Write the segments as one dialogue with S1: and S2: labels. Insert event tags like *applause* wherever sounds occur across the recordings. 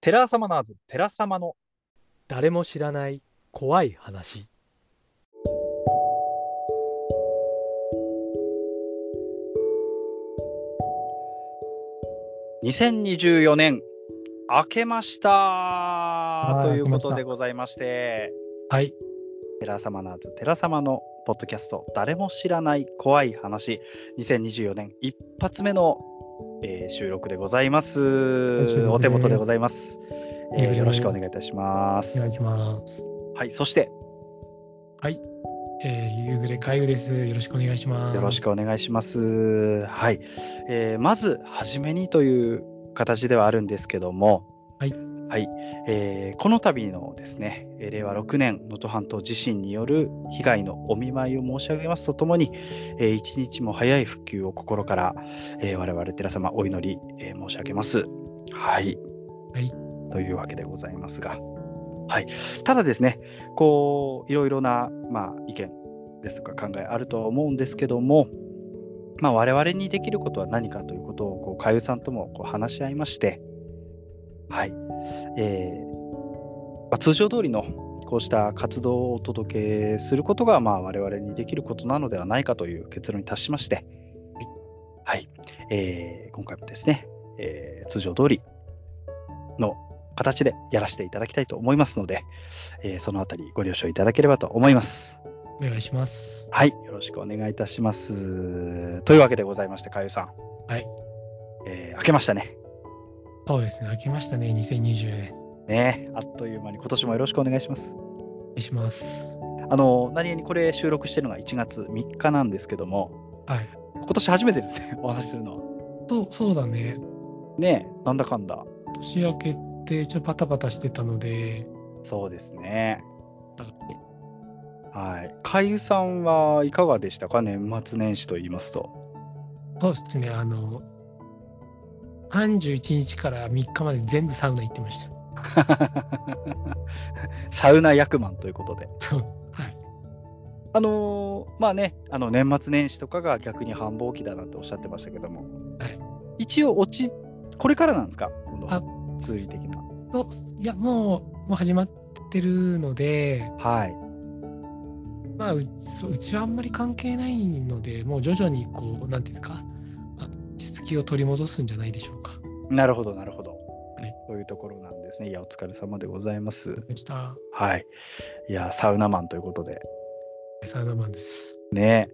S1: テラサマナーズ、テラサマの。
S2: 誰も知らない怖い話
S1: 2024年、明けました
S3: い
S1: というこ
S3: 明けまし
S1: と
S3: た
S1: でございまして、
S3: はい。
S1: テラサマナーズ、テラサマのポッドキャスト、誰も知らない怖い話、2024年一発目の、えー収録でございます
S3: 収録です
S1: お手元でございます、えー
S3: お願いします
S1: よろしくお願いいたしま
S3: お
S1: す。
S3: 願いします。
S1: はい、そして、
S3: えー、夕暮れ海部です。よろしくお願いします。
S1: よろしくお願いします。はい。えーまず、はじめにという形ではあるんですけども、
S3: はい。
S1: はい。えーこの度のですね、えー令和6年、能登半島地震による被害のお見舞いを申し上げますとともに、えー一日も早い復旧を心から、えー我々寺様お祈り、えー申し上げます。はい。
S3: はい。
S1: というわけでございますが、はい。ただですね、こう、いろいろな、まあ、意見、ですとか考えあるとは思うんですけども、まあ、我々にできることは何かということをこうかゆさんともこう話し合いまして、はいえーまあ、通常通りのこうした活動をお届けすることが、まあ、我々にできることなのではないかという結論に達しまして、はいえー今回もですね、えー通常通りの形でやらせていただきたいと思いますので、えーそのあたりご了承いただければと思います。
S3: お願いします。
S1: はい、よろしくお願いいたします。というわけでございまして、かゆさん。
S3: はい。
S1: えー、明けましたね。
S3: そうですね。明けましたね。2020年。お
S1: ねえあっという間に今年もよろしくお願いします。
S3: 願いします。
S1: あの、何気にこれ収録してるのが1月3日なんですけども、
S3: はい。
S1: 今年初めてですね、お *laughs* 話しするのは。
S3: そう、そうだね。
S1: ねえなんだかんだ。
S3: 年明けて、ちょっとパタパタしてたので、
S1: そうですね。
S3: なんかね
S1: はい。かゆさんはいかがでしたか、年末年始と言いますと。
S3: そうですね。あの、31日から3日まで全部サウナ行ってました。
S1: *laughs* サウナ役満ということで。
S3: そう。はい。
S1: あのーまあね、あの年末年始とかが逆に繁忙期だなんておっしゃってましたけども、
S3: はい
S1: 一応落ち、これからなんですか、この
S3: あ
S1: 推理的な。
S3: そう、いや、もう、もう始まってるので、
S1: はい、
S3: まあ、うそううちはあんまり関係ないので、もう徐々にこう、なんていうんですか、あ落ち着きを取り戻すんじゃないでしょうか。
S1: なるほど、なるほど、
S3: はい
S1: そういうところなんですね。いや、お疲れ様でございます。
S3: でした。
S1: はい、いや、サウナマンということで、
S3: サウナマンです。
S1: ね、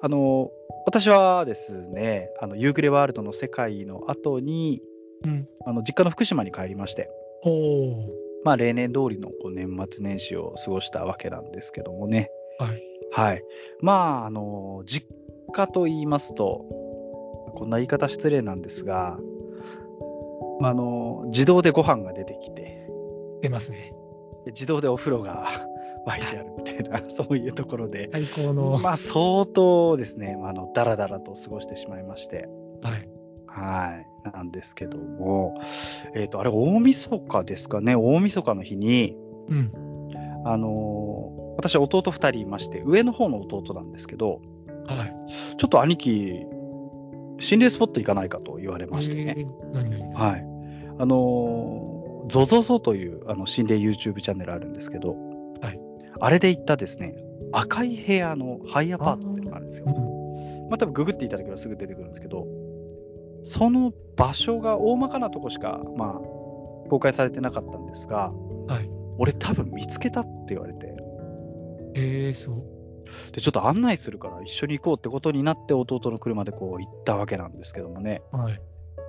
S1: あのー私はですね、あの夕暮れワールドの世界の後に、
S3: うん
S1: あの実家の福島に帰りまして、
S3: おお。
S1: まあ、例年通りのこう年末年始を過ごしたわけなんですけどもね。
S3: はい。
S1: はい。まあ、あの、実家と言いますと、こんな言い方失礼なんですが、まあ、あの、自動でご飯が出てきて、
S3: 出ますね。
S1: で自動でお風呂が *laughs* 沸いてあるみたいな、 *laughs* そういうところで、
S3: 最高の。
S1: まあ、相当ですね、まああの、だらだらと過ごしてしまいまして、
S3: はい。
S1: はい、なんですけども、えっ、と、あれ、大晦日ですかね、大晦日の日に、
S3: うん。
S1: あの、私、弟2人いまして、上の方の弟なんですけど、
S3: はい。
S1: ちょっと兄貴、心霊スポット行かないかと言われましてね。
S3: えー何々
S1: はい。あのー、ゾゾゾというあの心霊 YouTube チャンネルあるんですけど、
S3: はい
S1: あれで行ったですね、赤い部屋のハイアパートっていうのがあるんですよ。まあ多分ググっていただければすぐ出てくるんですけど、その場所が大まかなとこしか、まあ、公開されてなかったんですが、
S3: はい
S1: 俺多分見つけたって言われて、
S3: えー、そう。
S1: でちょっと案内するから一緒に行こうってことになって弟の車でこう行ったわけなんですけどもね
S3: はい。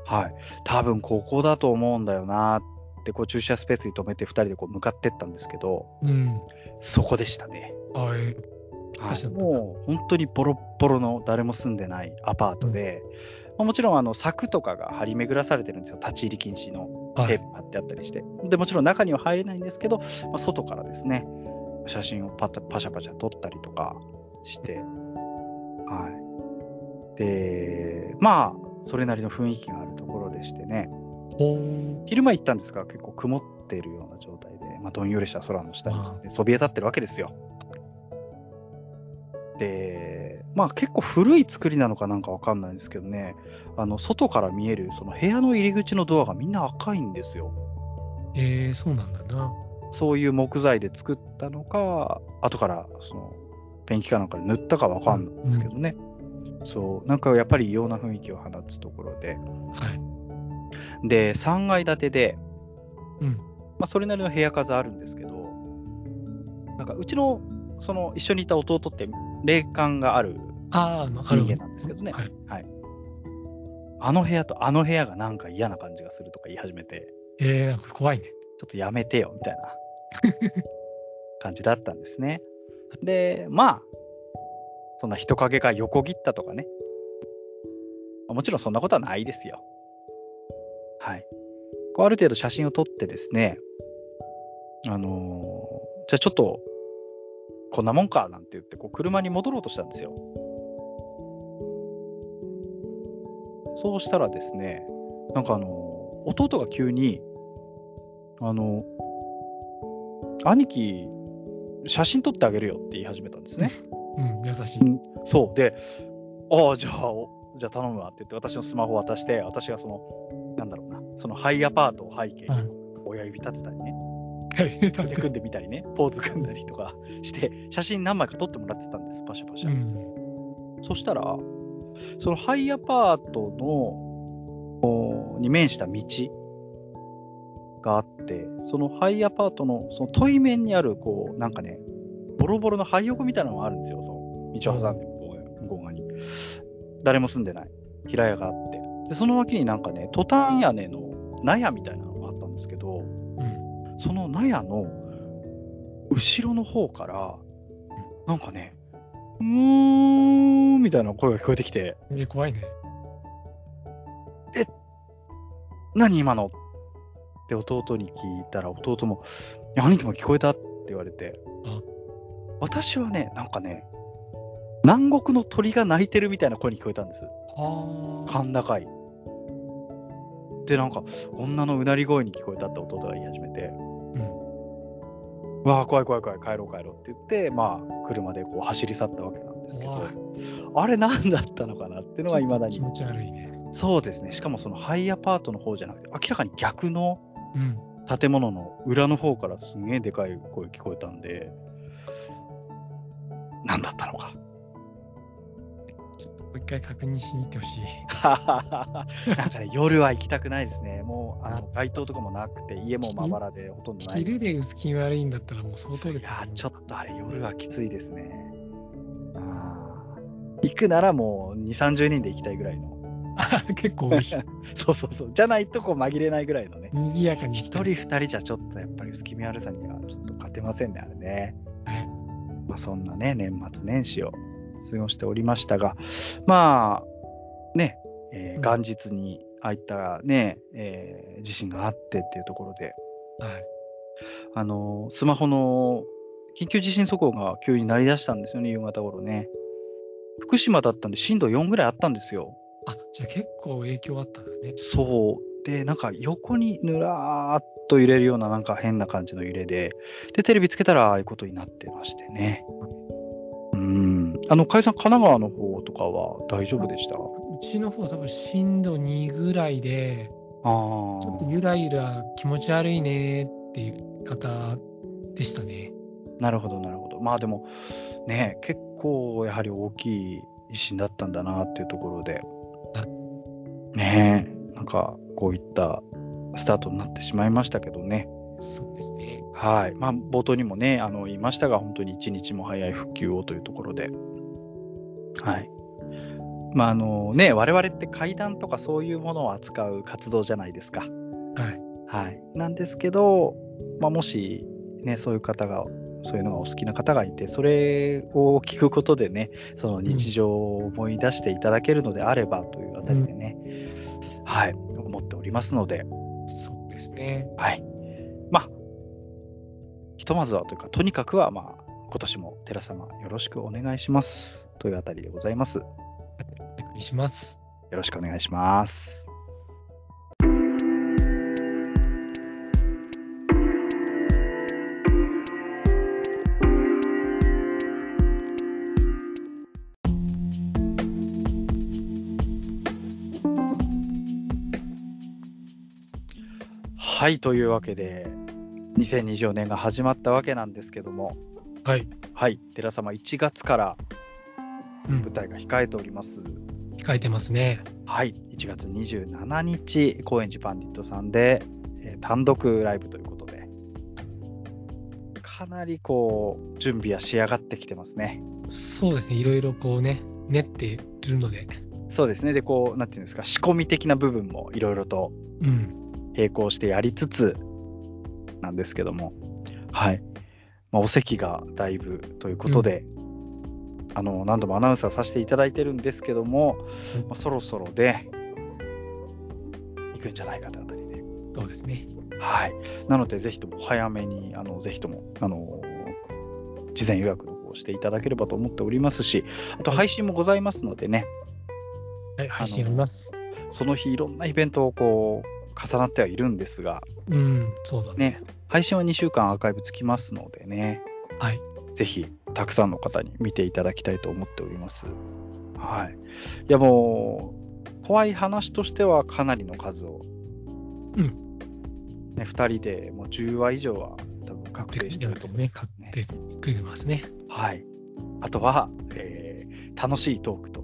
S1: はい多分ここだと思うんだよなってこう駐車スペースに止めて2人でこう向かってったんですけど
S3: うん。
S1: そこでしたね、
S3: はい。
S1: は
S3: 私だ
S1: い、
S3: ったな
S1: もう本当にボロッボロの誰も住んでないアパートで、まあもちろんあの柵とかが張り巡らされてるんですよ立ち入り禁止の
S3: は
S1: テー
S3: い。
S1: プ貼ってあったりして、でもちろん中には入れないんですけど、まあ、外からですね写真をパタパシャパシャ撮ったりとかして、はい、でまあそれなりの雰囲気があるところでしてね
S3: ほー。
S1: 昼間行ったんですが結構曇ってるような状態で、まあ、どんよりした空の下にですねそびえ立ってるわけですよでまあ結構古い作りなのかなんかわかんないんですけどねあの外から見えるその部屋の入り口のドアがみんな赤いんですよ
S3: えー、そうなんだな。
S1: そういう木材で作ったのか、後からそのペンキかなんかで塗ったかわかんないんですけどね、そう、なんかやっぱり異様な雰囲気を放つところで、
S3: はい。
S1: で、3階建てで、
S3: うん
S1: まあ、それなりの部屋数あるんですけど、なんかうちのその一緒にいた弟って霊感がある、
S3: あーあの、ある
S1: 人間なんですけどね
S3: はい。
S1: あの部屋とあの部屋がなんか嫌な感じがするとか言い始めて、
S3: えー、なんか怖いね。
S1: ちょっとやめてよみたいな感じだったんですね。で、まあ、そんな人影が横切ったとかね。もちろんそんなことはないですよ。はい。こうある程度写真を撮ってですね、あのーじゃあちょっと、こんなもんかなんて言って、こう車に戻ろうとしたんですよ。そうしたらですね、なんかあのー弟が急に、あの、兄貴、写真撮ってあげるよって言い始めたんですね。
S3: うん、優しい。 *laughs*
S1: そう。で、ああ、じゃあ、おじゃあ頼むわって言って、私のスマホ渡して、私がその、なんだろうな、そのハイアパートを背景
S3: はい
S1: に親指立てたりね、
S3: はい、だっ
S1: 手
S3: て
S1: 組んでみたりね、ポーズ組んだりとかして、写真何枚か撮ってもらってたんです、パシャパシ
S3: う
S1: ャ。
S3: ん。
S1: そしたら、そのハイアパートのおに面した道があって、そのハイアパートのその対面にある、こう、なんかね、ボロボロの廃屋みたいなのがあるんですよ、その道を挟んで向こう側向こう側に。誰も住んでない平屋があって。で、その脇になんかね、トタン屋根の納屋みたいなのがあったんですけど、
S3: うん。
S1: その納屋の後ろの方から、なんかね、うーんみたいな声が聞こえてきて、
S3: えー、怖いね。
S1: 何今のって弟に聞いたら、弟も、いや兄貴も聞こえたって言われて
S3: あ、
S1: 私はね、なんかね、南国の鳥が鳴いてるみたいな声に聞こえたんです。
S3: はあ。
S1: 甲高い。で、なんか、女のうなり声に聞こえたって弟が言い始めて、わあ、怖い怖い怖い、帰ろう帰ろうって言って、まあ、車でこう走り去ったわけなんですけど
S3: 怖い、
S1: あれ何だったのかなっていうのがいまだ
S3: ち
S1: に
S3: ょ。っと気持ち悪いね。
S1: そうですね、しかもそのハイアパートの方じゃなくて、明らかに逆の
S3: うん。
S1: 建物の裏の方からすげえでかい声聞こえたんで、何だったのか。 *laughs*
S3: ちょっともう一回確認しに行ってほしい。
S1: なんかね、夜は行きたくないですね。もう、あの、街灯とかもなくて、家もまばらでほとんどない。
S3: 昼で薄気味悪いんだったらもう相当です
S1: い
S3: よ
S1: やーちょっとあれ夜はきついですねあー行くならもう2 3 0人で行きたいぐらいの
S3: *laughs* 結構多い。
S1: そうそうそうじゃないとこう紛れないぐらいのね
S3: 賑やかに
S1: 1
S3: して
S1: 人2人じゃちょっとやっぱり薄気味悪さにはちょっと勝てませんねあれね、
S3: はい
S1: まあ、そんなね年末年始を過ごしておりましたがまあね、えー
S3: うん
S1: 元日にああいったね、えー地震があってっていうところで
S3: はい。
S1: あのスマホの緊急地震速報が急に鳴り出したんですよね、夕方頃ね。福島だったんで、震度4ぐらいあったんですよ。
S3: あ、じゃあ結構影響あったんだね。
S1: そう。で、なんか横にぬらーっと揺れるような、なんか変な感じの揺れで、で、テレビつけたら、ああいうことになってましてね。うん。あの、加谷さん、神奈川の方とかは大丈夫でしたあ
S3: うちの方は多分震度2ぐらいで、
S1: あー。
S3: ちょっとゆらゆら気持ち悪いねっていう方でしたね。
S1: なるほど、なるほど。まあでも、ね、結構やはり大きい地震だったんだなっていうところで
S3: は、
S1: ねえ、なんかこういったスタートになってしまいましたけどね。
S3: そうですね。
S1: はい。まあ冒頭にもね、あの言いましたが、本当に一日も早い復旧をというところで、はい。まああのね、我々って階段とかそういうものを扱う活動じゃないですか。
S3: はい。
S1: はい、なんですけど、まあ、もし、ね、そういう方がそういうのがお好きな方がいてそれを聞くことでねその日常を思い出していただけるのであればというあたりでね、はい思っておりますので、
S3: そうですね。
S1: はい、まあひとまずはというかとにかくはまあ今年も寺様よろしくお願いしますというあたりでございます。
S3: お願いします。
S1: よろしくお願いします。はい、というわけで、2024年が始まったわけなんですけども、
S3: はい。
S1: はい、寺様1月から
S3: うん
S1: 舞、台が控えております。
S3: 控えてますね。
S1: はい、1月27日、高円寺パンディットさんで、えー単独ライブということで、かなりこう、準備は仕上がってきてますね。
S3: そうですね。いろいろこうね、練ってるので。
S1: そうですね、で、こう、なんていうんですか、仕込み的な部分もいろいろと
S3: うん。
S1: 並行してやりつつなんですけども、はい。まあ、お席がだいぶということで、あの、何度もアナウンサーさせていただいてるんですけども、
S3: うん
S1: まあ、そろそろで、行くんじゃないかというあたりで。
S3: そうですね。
S1: はい。なので、ぜひとも早めに、あの、ぜひとも、あの、事前予約の方をしていただければと思っておりますし、あと配信もございますのでね、
S3: はい、配信あります。
S1: その日いろんなイベントをこう、重なってはいるんですが、
S3: うん、そうだね。
S1: ね、配信は2週間アーカイブつきますのでね、
S3: はい。
S1: ぜひたくさんの方に見ていただきたいと思っております。はい。いやもう、怖い話としてはかなりの数を、
S3: うん。
S1: ね、2人でもう10話以上は多分確定してると思います
S3: 確
S1: ね。
S3: 定してますね。
S1: はい。あとは、えー楽しいトークと。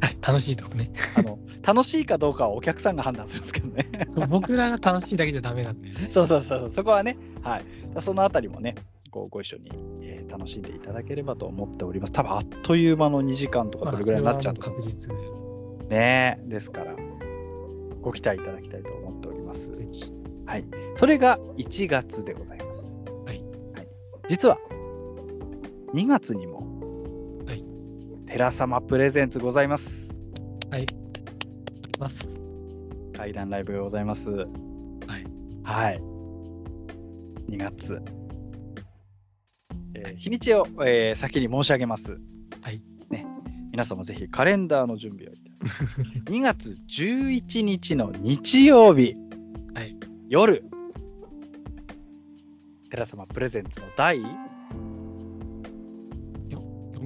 S3: はい、楽しいトークね。
S1: あの、楽しいかどうかはお客さんが判断するんですけどね。
S3: そう僕らが楽しいだけじゃダメなんだよね。
S1: そうそうそうそう、そこはね、はい、そのあたりもね、こうご一緒に、えー楽しんでいただければと思っております。多分あっという間の2時間とかそれぐらいになっちゃう
S3: まあ
S1: と
S3: それはも
S1: 思う
S3: 確実で
S1: ね。ですから、ご期待いただきたいと思っております。
S3: ぜひ。
S1: はい、それが1月でございます。
S3: はい
S1: はい、実は、2月にも、
S3: はい、
S1: 寺様プレゼンツございます。
S3: あります。。
S1: 怪談ライブがございます。はいはい。2月。えー日にちを、えー先に申し上げます。
S3: はい。
S1: ね。皆様ぜひカレンダーの準
S3: *laughs*
S1: 備をいただいて。2月11日の日曜日。
S3: はい。
S1: 夜。寺様プレゼンツの第
S3: 4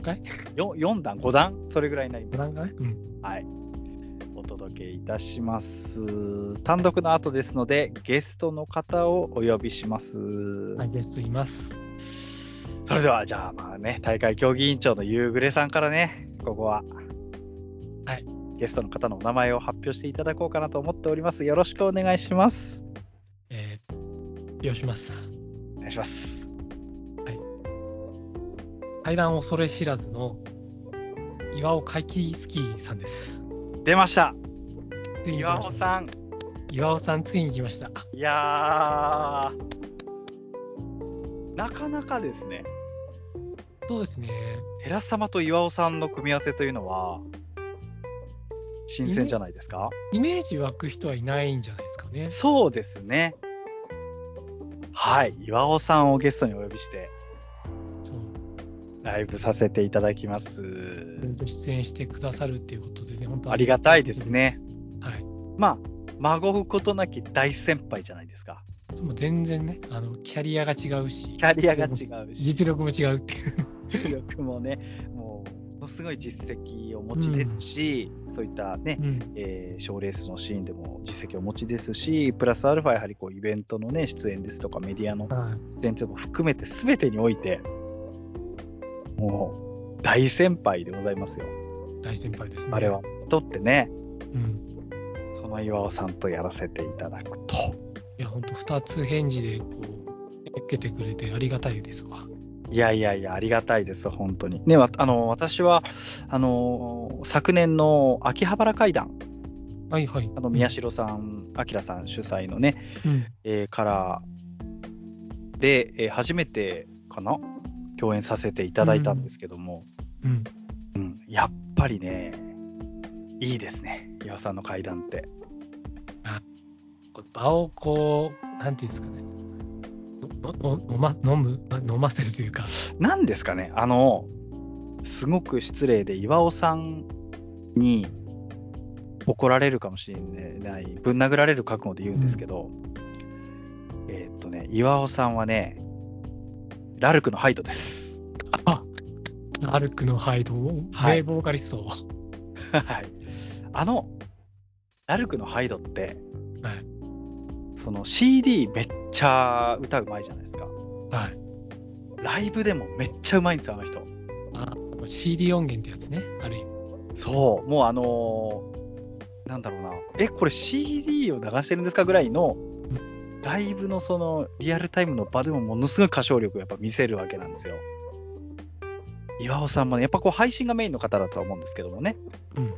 S3: 回
S1: 4, 4弾、5弾それぐらいになります。
S3: ?5 段かね。うん。
S1: はい。お届けいたします。単独の後ですので、ゲストの方をお呼びします。
S3: はい、ゲストいます。
S1: それでは、じゃあまあね、大会競技委員長の夕暮れさんからね、ここは。
S3: はい。
S1: ゲストの方のお名前を発表していただこうかなと思っております。よろしくお願いします。
S3: えー、よします。
S1: お願いします。
S3: 階段恐れ知らずの岩尾海輝スキーさんです。
S1: 出ました
S3: ついに来
S1: 岩
S3: ま
S1: 尾
S3: した
S1: さん
S3: 岩尾さん、ついに来ました。
S1: いやーなかなかですね、
S3: そうですね。
S1: 寺様と岩尾さんの組み合わせというのは、新鮮じゃないですか
S3: イメージ湧く人はいないんじゃないですかね。
S1: そうですね。はい、岩尾さんをゲストにお呼びして、
S3: そう。
S1: ライブさせていただきます。
S3: イベント出演してくださるっていうことでね、本当
S1: ありがたいですね。。
S3: はい。
S1: まあ、孫うことなき大先輩じゃないですか。
S3: その全然ね、あの、キャリアが違うし
S1: キ、ャリアが違うし、
S3: 実力も違うっていう。
S1: 実力もね、もう、ものすごい実績をお持ちですし、そういったね、
S3: うん。
S1: えー、賞レースのシーンでも実績をお持ちですし、プラスアルファ、やはりこうイベントの、ね、出演ですとか、メディアの
S3: はい。
S1: 出演とかも含めて、すべてにおいて、もう大先輩でございますよ、
S3: 大先輩ですね。
S1: あれは。。とってね、
S3: うん。
S1: その岩尾さんとやらせていただくと。
S3: いや、本当二つ返事で、こう、受けてくれてありがたいですわ。
S1: いやいやいや、ありがたいです、本当に。ね、わあの私はあの昨年の秋葉原会談、
S3: はいはい。
S1: あの宮代さん、明さん主催のね、
S3: うん。
S1: えーからで、えー初めてかな共演させていただいたんですけども、
S3: うん。
S1: うんやっぱりねいいですね岩尾さんの階段って
S3: こう場をこう、なんていうんですかね。のの飲ま飲むま飲ませるというか、
S1: 何ですかねあのすごく失礼で岩尾さんに怒られるかもしれないぶん殴られる覚悟で言うんですけど、えーっとね岩尾さんはねラルクのハイドです
S3: アルクのハイドを、
S1: はい
S3: 名ボーカリストを。
S1: はい。あの、ラルクのハイドって、
S3: はい
S1: その CD めっちゃ歌うまいじゃないですか。
S3: はい。
S1: ライブでもめっちゃうまいんですよ、あの人。
S3: あ CD 音源ってやつね、ある意味。
S1: そう、もうあのーなんだろうな、え、これ CD を流してるんですかぐらいの、ライブのそのリアルタイムの場でもものすごい歌唱力をやっぱ見せるわけなんですよ。岩尾さんもね、やっぱこう配信がメインの方だとは思うんですけどもね、
S3: うん。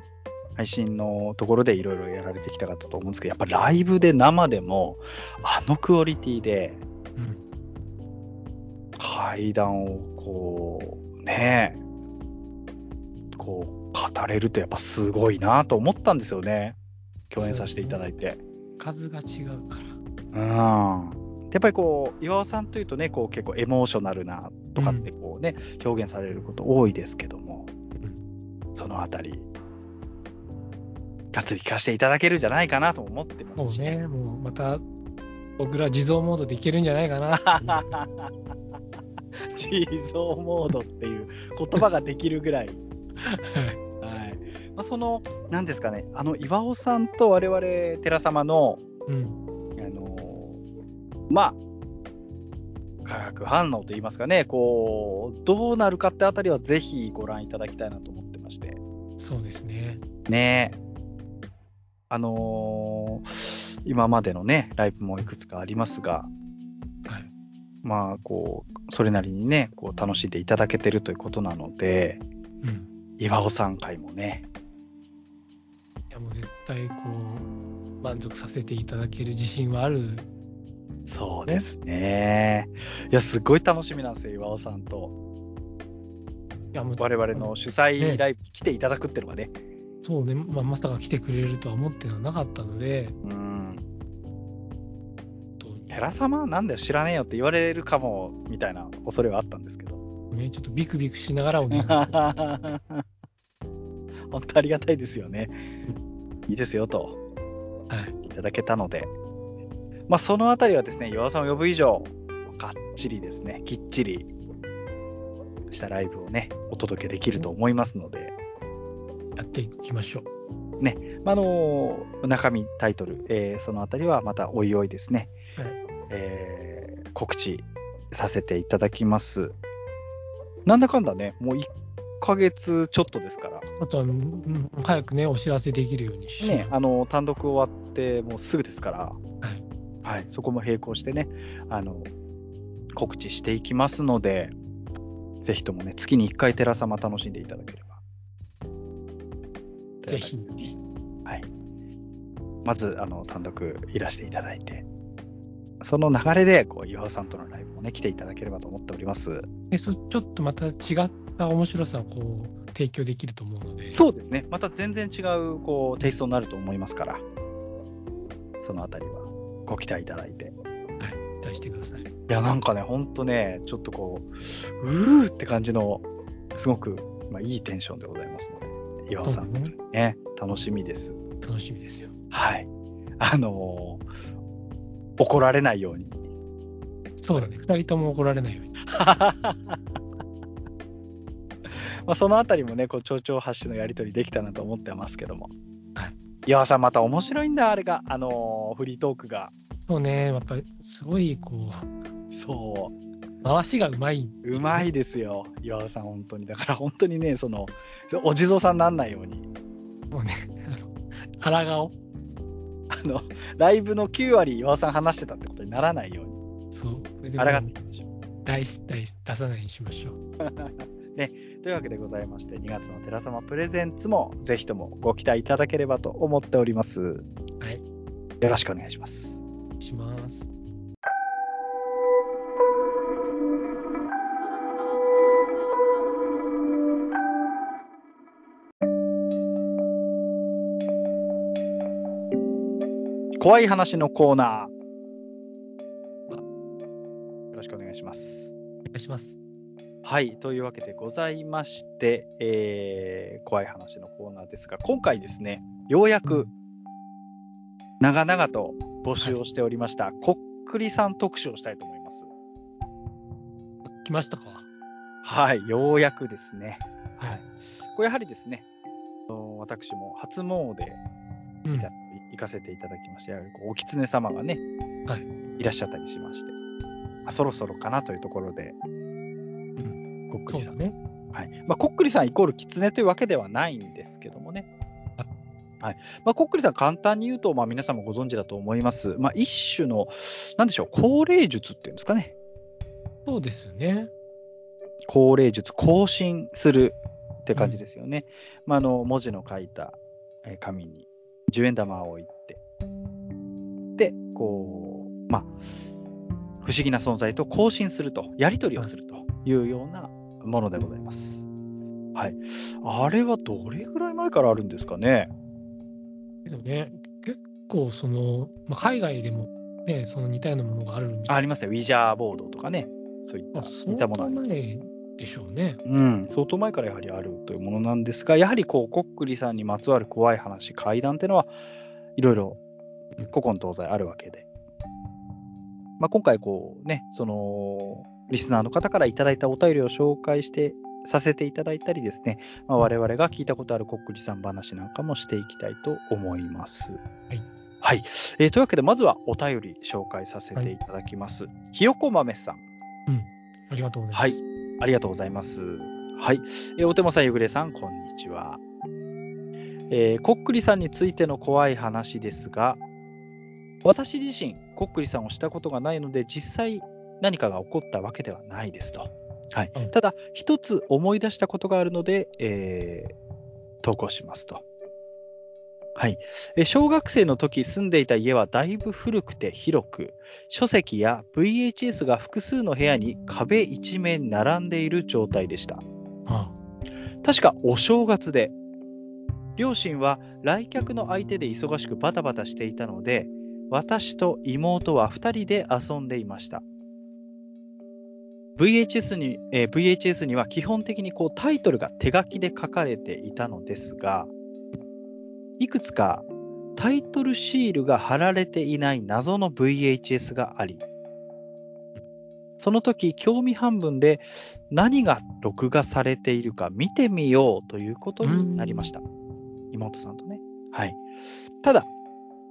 S1: 配信のところでいろいろやられてきたかったと思うんですけど、やっぱライブで生でも、あのクオリティで、
S3: うん。
S1: 階段をこうねこう語れるってやっぱすごいなと思ったんですよね共演させていただいて。
S3: 数が違うから。
S1: うん、やっぱりこう岩尾さんというとねこう結構エモーショナルなとかってこう、ね表現されること多いですけども、そのあたりがっつり聞かせていただけるんじゃないかなとも思ってま
S3: そう
S1: すしね。
S3: ね、もうまた、僕ら自動モードでいけるんじゃないかなってい
S1: *laughs*
S3: う。
S1: 地蔵モードっていう言葉ができるぐらい
S3: はい
S1: はいまあ、その、なんですかね、あの岩尾さんと我々、寺様の、
S3: うん。
S1: あのーまあ、化学反応といいますかね、こう、どうなるかってあたりは、ぜひご覧いただきたいなと思ってまして。
S3: そうですね。
S1: ねえあのー今までのね、ライブもいくつかありますが、
S3: はい。
S1: まあ、こう、それなりにね、こう、楽しんでいただけてるということなので、
S3: うん。
S1: 岩尾さん会もね、
S3: いや、もう絶対、こう、満足させていただける自信はある。
S1: そうですね。いや、すごい楽しみなんですよ、岩尾さんと。
S3: いや、もう、
S1: 我々の主催ライブに来ていただくっていうのがね。
S3: そうね、まあ、まさか来てくれるとは思ってはなかったので、
S1: うん。
S3: 本当に
S1: 寺様なんだよ、知らねえよって言われるかも、みたいな恐れはあったんですけど。
S3: ね、ちょっとビクビクしながらお願いします。
S1: 本 *laughs* 当ありがたいですよね。いいですよと
S3: はい。
S1: いただけたので。まあ、そのあたりはですね、岩尾さんを呼ぶ以上、がっちりですね、きっちりしたライブをね、お届けできると思いますので。
S3: *laughs* やっていきましょう。
S1: まああの中身、タイトル、えーそのあたりはまたおいおいですね、
S3: はい
S1: えー告知させていただきます。なんだかんだね、もう1ヶ月ちょっとですから、
S3: あとは、うん早くね、お知らせできるようにしよう
S1: ねあの単独終わってもうすぐですから、
S3: はい
S1: はいそこも並行してねあの、告知していきますので、ぜひともね、月に1回、寺様楽しんでいただければ。
S3: ぜひ。
S1: まずあの単独いらしていただいて、その流れでこう岩尾さんとのライブもね、来ていただければと思っております。
S3: でそちょっとまた違った面白さをこう提供できると思うので、
S1: そうですね、また全然違うこうテイストになると思いますから、そのあたりはご期待いただいて。
S3: 期待してください。
S1: いや、なんかね、ほんとね、ちょっとこう、うーって感じの、すごく、まあ、いいテンションでございますので、岩尾
S3: ど
S1: さ、
S3: うんもね、
S1: ね、楽しみです。
S3: 楽しみですよ。
S1: はい。あのー怒られないように。 *laughs*
S3: そうだね、2人とも怒られないように。
S1: まあそのあたりもね、こう、蝶々発のやり取りできたなと思ってますけども
S3: はい。
S1: 岩尾さん、また面白いんだ、あれが、あのーフリートークが。
S3: そうね、やっぱりすごいこ、
S1: そう
S3: 回しがうまい。
S1: う、うまいですよ、岩尾さん、本当に。だから、本当にね、その、お地蔵さんになんないように、
S3: もうね、あの腹顔。
S1: あの、ライブの9割岩尾さん話してたってことにならないように、
S3: そう、それで
S1: あらがっ
S3: も
S1: て
S3: う
S1: いきましょう。
S3: 大失態出さないようにしましょう。
S1: というわけでございまして、2月の寺様プレゼンツもぜひともご期待いただければと思っております。
S3: はい。
S1: よろしくお願いします。
S3: します。
S1: 怖い話のコーナー。よろしくお願いします。
S3: お願いします。
S1: はい。というわけでございまして、えー怖い話のコーナーですが、今回ですね、ようやく長々と募集をしておりました、こっくりさん特集をしたいと思います。
S3: 来ましたか
S1: はい。ようやくですね。
S3: はい。
S1: これやはりですね、あの私も初詣
S3: うん
S1: みたいなの行かせていただきまして、やはりこうお狐様がね、、
S3: はい
S1: らっしゃったりしまして、あそろそろかなというところで、こっく
S3: そ
S1: り
S3: う
S1: さ
S3: だ
S1: ん。
S3: ね。
S1: はいまあ、こっくりさんイコール狐というわけではないんですけどもね
S3: あ。
S1: はいまあ、こっくりさん、簡単に言うと、まあ、皆さんもご存知だと思います、まあ、一種の、なんでしょう、高齢術っていうんですかね、
S3: そうですね。
S1: 高齢術、更新するって感じですよね。まあ、あの文字の書いたえー紙に10円玉を置いて、で、こう、まあ、不思議な存在と更新すると、やり取りをするというようなものでございます。はい。あれはどれぐらい前からあるんですかね。
S3: けどね、結構その、まあ、海外でも、ね、その似たようなものがあるみたい
S1: ありますね。ウィジャーボードとかね。そういった
S3: な。まあ相
S1: 似たものあ
S3: 当
S1: ります。
S3: 前でしょうね。
S1: うん、相当前からやはりあるというものなんですが、やはりこう、コックリさんにまつわる怖い話、怪談っていうのは、いろいろ
S3: うん
S1: 古今東西あるわけで、まあ、今回こうね、その、リスナーの方からいただいたお便りを紹介して、させていただいたりですね、まあ、我々が聞いたことあるコックリさん話なんかもしていきたいと思います。
S3: い
S1: はい。えーというわけで、まずはお便り紹介させていただきます。ひよこ豆さん。
S3: ありがとうございます。
S1: はい、ありがとうございます。はい、えーお手間さん、ゆぐれさん、こんにちは。えーこっくりさんについての怖い話ですが、私自身、こっくりさんをしたことがないので、実際何かが起こったわけではないですと。はい
S3: うん、
S1: ただ、一つ思い出したことがあるので、えー投稿しますと。はい、えー小学生の時住んでいた家はだいぶ古くて広く、書籍や VHS が複数の部屋に壁一面並んでいる状態でした。
S3: あ
S1: 確かお正月で、両親は来客の相手で忙しくバタバタしていたので、私と妹は2人で遊んでいました。VHS にえー VHS には基本的にこうタイトルが手書きで書かれていたのですが、いくつかタイトルシールが貼られていない謎の VHS があり、その時興味半分で何が録画されているか見てみようということになりました。妹さんとね。はい。ただ、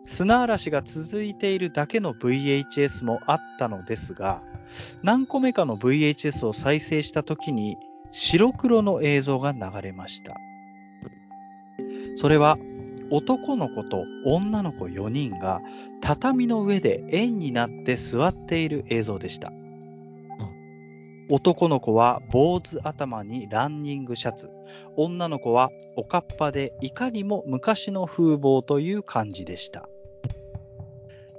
S1: 砂嵐が続いているだけの VHS もあったのですが、何個目かの VHS を再生した時に白黒の映像が流れました。それは男の子と女の子4人が畳の上で円になって座っている映像でした。男の子は坊主頭にランニングシャツ、女の子はおかっぱでいかにも昔の風貌という感じでした。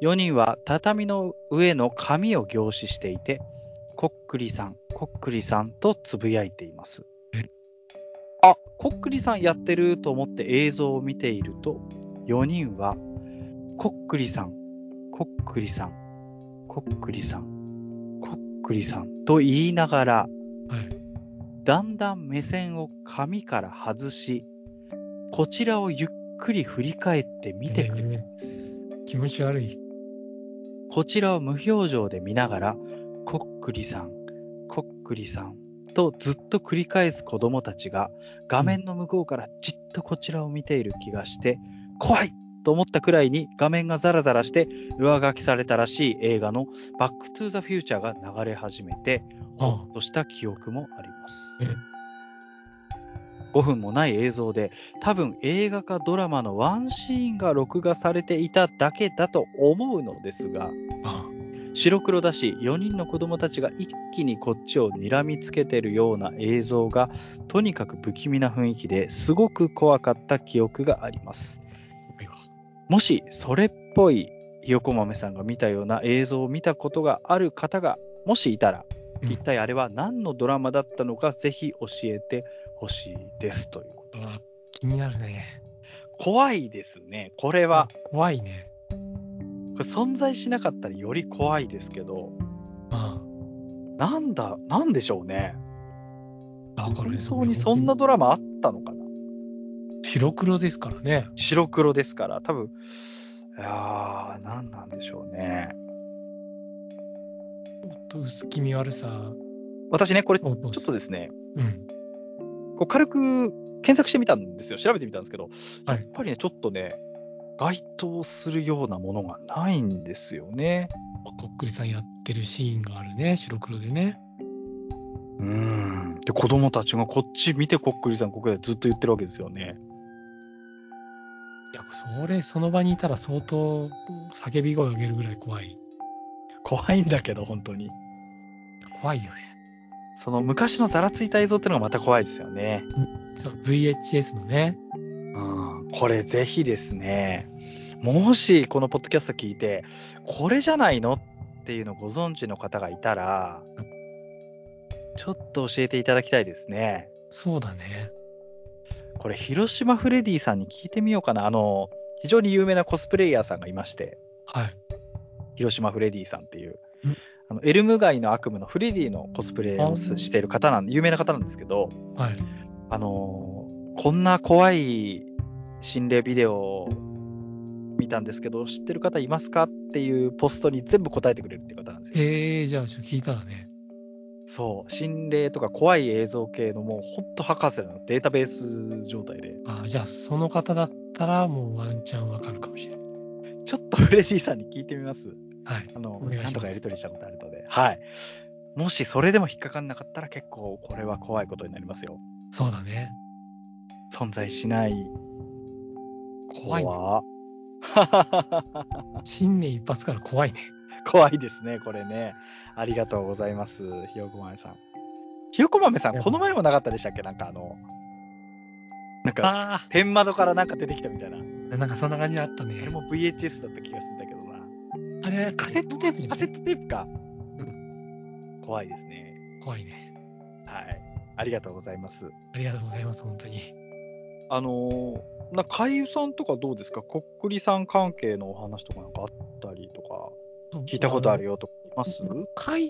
S1: 4人は畳の上の紙を凝視していて、こっくりさん、こっくりさんとつぶやいています
S3: え。
S1: あ、こっくりさんやってると思って映像を見ていると、4人は、こっくりさん、こっくりさん、こっくりさん、こっくりさんと言いながら、
S3: はい
S1: だんだん目線を紙から外し、こちらをゆっくり振り返って見てくるんです。
S3: 気持ち悪い。
S1: こちらを無表情で見ながら、こっくりさん、こっくりさんとずっと繰り返す子供たちが画面の向こうからじっとこちらを見ている気がして、怖いと思ったくらいに画面がザラザラして上書きされたらしい映画のバックトゥザフューチャーが流れ始めて、ほ
S3: あ
S1: っとした記憶もあります
S3: え。
S1: 5分もない映像で、多分映画かドラマのワンシーンが録画されていただけだと思うのですが、
S3: あ
S1: 白黒だし4人の子供たちが一気にこっちを睨みつけてるような映像がとにかく不気味な雰囲気ですごく怖かった記憶があります
S3: 怖いわ
S1: もしそれっぽいひよこ豆さんが見たような映像を見たことがある方がもしいたら
S3: うん
S1: 一体あれは何のドラマだったのかぜひ教えてほしいですということ
S3: あ気になるね。
S1: 怖いですねこれは
S3: 怖いね。
S1: これ存在しなかったらより怖いですけど
S3: あ
S1: なんだなんでしょうね
S3: あだからね、
S1: 本当にそんなドラマあったのかな
S3: 白黒ですからね。
S1: 白黒ですから、多分いやー、何なんでしょうね。
S3: ちょっと薄気味悪さ
S1: 私ね、これ、ちょ
S3: をどう
S1: っとですね、
S3: うん。
S1: こう軽く検索してみたんですよ、調べてみたんですけど、
S3: は
S1: や
S3: い
S1: っぱりね、ちょっとね、該当するようなものがないんですよね。
S3: こっくりさんやってるシーンがあるね、白黒でね。
S1: うん。で、子供たちがこっち見てこっくりさん、ここでずっと言ってるわけですよね。
S3: いや、それ、その場にいたら相当叫び声を上げるぐらい怖い。
S1: 怖いんだけど、本当に。
S3: 怖いよね。
S1: その昔のざらついた映像ってのがまた怖いですよね。
S3: そう、VHS のね。
S1: うん。これぜひですね、もしこのポッドキャスト聞いて、これじゃないのっていうのをご存知の方がいたら、ちょっと教えていただきたいですね。
S3: そうだね。
S1: これ、広島フレディさんに聞いてみようかな。あの、非常に有名なコスプレイヤーさんがいまして、
S3: はい。
S1: 広島フレディさんっていう
S3: うん、
S1: あのエルム街の悪夢のフレディのコスプレをすしている方なんで、有名な方なんですけど、
S3: はい。
S1: あのーこんな怖い心霊ビデオを見たんですけど、知ってる方いますかっていうポストに全部答えてくれるっていう方なんですよ。
S3: えー、じゃあ、ちょっと聞いたらね。
S1: そう、心霊とか怖い映像系のもう本当博士なんです。データベース状態で。
S3: あじゃあ、その方だったら、もうワンチャンわかるかもしれない。
S1: ちょっとフレディさんに聞いてみます。
S3: はい。
S1: あの
S3: お、願いします
S1: 何度かやり取りしたことあるので、はい。もしそれでも引っかかんなかったら結構これは怖いことになりますよ。
S3: そうだね。
S1: 存在しない
S3: 怖いね。
S1: 怖 *laughs*
S3: 新年一発から怖いね。
S1: 怖いですね、これね。ありがとうございます、ひよこ豆さん。ひよこ豆さん、この前もなかったでしたっけなんかあの、なんか
S3: あ
S1: 天窓からなんか出てきたみたいな。あ
S3: あ、なんかそんな感じあったね
S1: れ。も VHS だった気がするんだけどな。
S3: あれ、カセットテープじゃ
S1: カ
S3: な
S1: セ
S3: い
S1: ットテープか
S3: う。
S1: 怖いですね。
S3: 怖いね。
S1: はい。ありがとうございます。
S3: ありがとうございます、本当に。
S1: あのーな海遊さんとかどうですかこっくりさん関係のお話とかなんかあったりとか聞いたことあるよとかいます
S3: 書い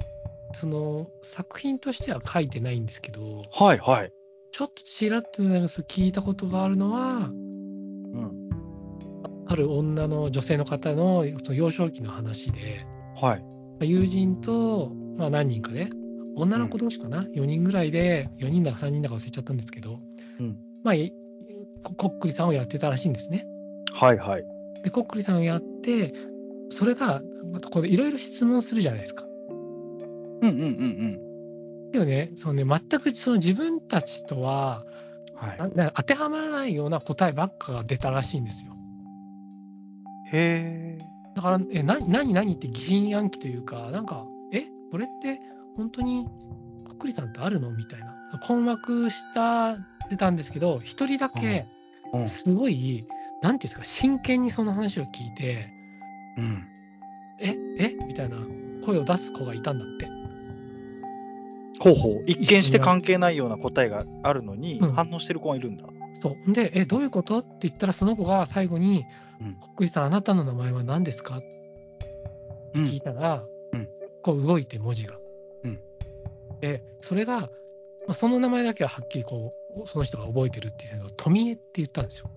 S3: その作品としては書いてないんですけど
S1: はいはい、
S3: ちょっとちらっとなんかそう聞いたことがあるのは
S1: うん、
S3: ある女の女性の方のその幼少期の話で
S1: はい
S3: まあ友人と、まあ、何人かで女の子同士かな、4人ぐらいで4人だか3人だか忘れちゃったんですけど、
S1: うん
S3: まあいここっくりさんをやってたらしいんですね。
S1: はいはい
S3: でこっくりさんをやってそれがまたこれいろいろ質問するじゃないですか。
S1: うんうんうん
S3: でもねそのね全くその自分たちとは
S1: うんはい
S3: なな当てはまらないような答えばっかが出たらしいんですよ。
S1: へえ
S3: だから、え、な何何って疑心暗鬼というか、なんか、え、これって本当にこっくりさんってあるのみたいな。困惑した、出たんですけど、一人だけ
S1: うん、
S3: すごい、なんていうんですか、真剣にその話を聞いて、
S1: うん、
S3: え、えみたいな声を出す子がいたんだって。
S1: ほうほう一見して関係ないような答えがあるのに、
S3: うん
S1: 反応してる子がいるんだ
S3: そう。で、え、どういうことって言ったら、その子が最後に、
S1: うん
S3: こっくりさん、あなたの名前は何ですか
S1: う
S3: 聞いたら、
S1: うん
S3: こう動いて文字が。
S1: うん
S3: でそれが、まあ、その名前だけははっきりこうその人が覚えてるっていうのを富江って言ったんですよ。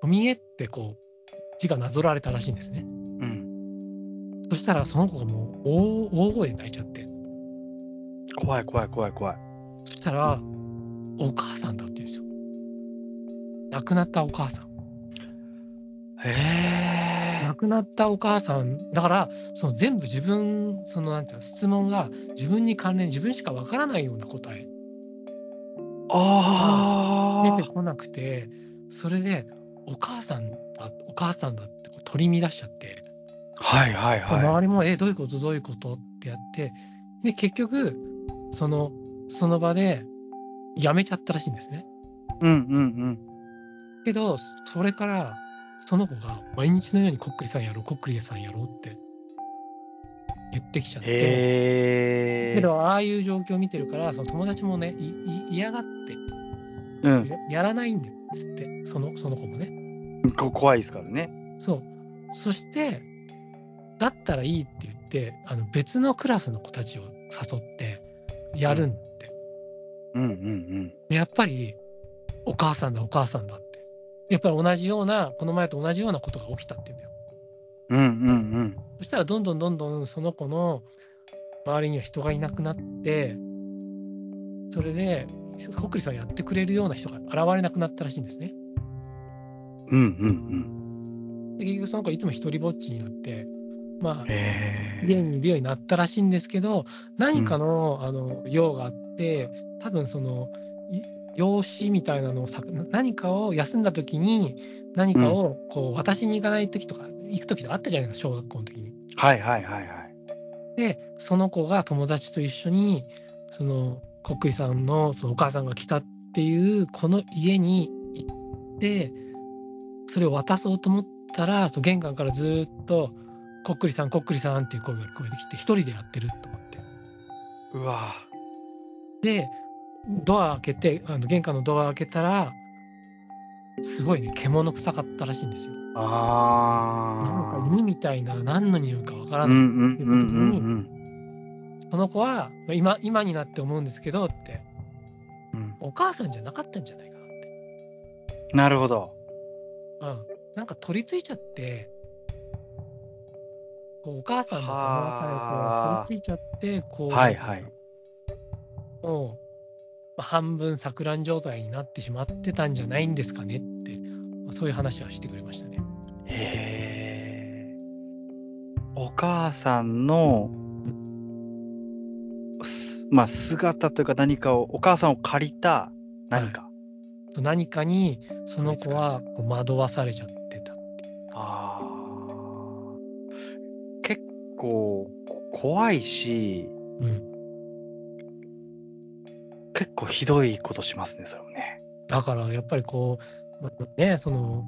S3: 富江ってこう字がなぞられたらしいんですね。
S1: うん、
S3: そしたらその子がもう大大声で泣いちゃって
S1: 怖い怖い怖い怖い
S3: そしたらお母さんだって言うんですよ。亡くなったお母さん。
S1: へえ
S3: 亡くなったお母さんだからその全部自分そのなんていうの質問が自分に関連自分しかわからないような答え
S1: あ
S3: 出てこなくてそれでお母さんだお母さんだってこう取り乱しちゃって、
S1: あはいはいは
S3: 周りも「えどういうことどういうこと?」ってやってで結局そのその場で辞めちゃったらしいんですね
S1: いうんうん
S3: けどそれからその子が毎日のように「こっくりさんやろうこっくりさんやろう」って言ってきちゃっ
S1: うん
S3: て。
S1: へえ
S3: けど、ああいう状況を見てるから、その友達もね、いい嫌がって、
S1: うん
S3: ややらないんだよっつって、そのその子もね。
S1: こ怖いですからね。
S3: そう。そして、だったらいいって言って、あの別のクラスの子たちを誘って、やるんだって。
S1: うんうん
S3: でやっぱり、お母さんだ、お母さんだって。やっぱり同じような、この前と同じようなことが起きたっていうんだよ。
S1: うん。うんうん
S3: そしたら、どんどんどんどんその子の周りには人がいなくなって、それで、コックリさんをやってくれるような人が現れなくなったらしいんですね。
S1: うん。うんうん
S3: で結局その子いつも一人ぼっちになって、まあ、
S1: へ
S3: 家にいるようになったらしいんですけど、何かの,、あの用があって、多分そのい用紙みたいなのをさ何かを休んだ時に何かをこう渡しに行かない時とか、行く時とかあったじゃないですか小学校の時に。
S1: はいはいはいはい。
S3: でその子が友達と一緒にそのこっくりさんのそのお母さんが来たっていうこの家に行ってそれを渡そうと思ったらその玄関からずっと「こっくりさんこっくりさん」っていう声が聞こえてきて一人でやってると思って
S1: うわ
S3: でドア開けてあの玄関のドア開けたらすごいね獣臭かったらしいんですよ。なんか
S1: あ
S3: 犬みたいな何の匂いかわから
S1: あ。
S3: な
S1: う
S3: い
S1: んうんうんうん
S3: その子はまあ今今になって思うんですけどって
S1: うんうん。
S3: お母さんじゃなかったんじゃないかなって、
S1: なるほど。
S3: うん、なんか取り付いちゃってこうお母さんだと思わされて取り付いちゃってこう、
S1: はいはい。
S3: もうまあ半分錯乱状態になってしまってたんじゃないんですかねって、まあそういう話はしてくれましたね。
S1: へえ。お母さんの、すまあ、姿というか何かを、お母さんを借りた何か。
S3: そう何かにその子はこう惑わされちゃってた。
S1: あー結構こ怖いし、
S3: うん、
S1: 結構ひどいことしますね、それもね。
S3: だからやっぱりこう、まあね、その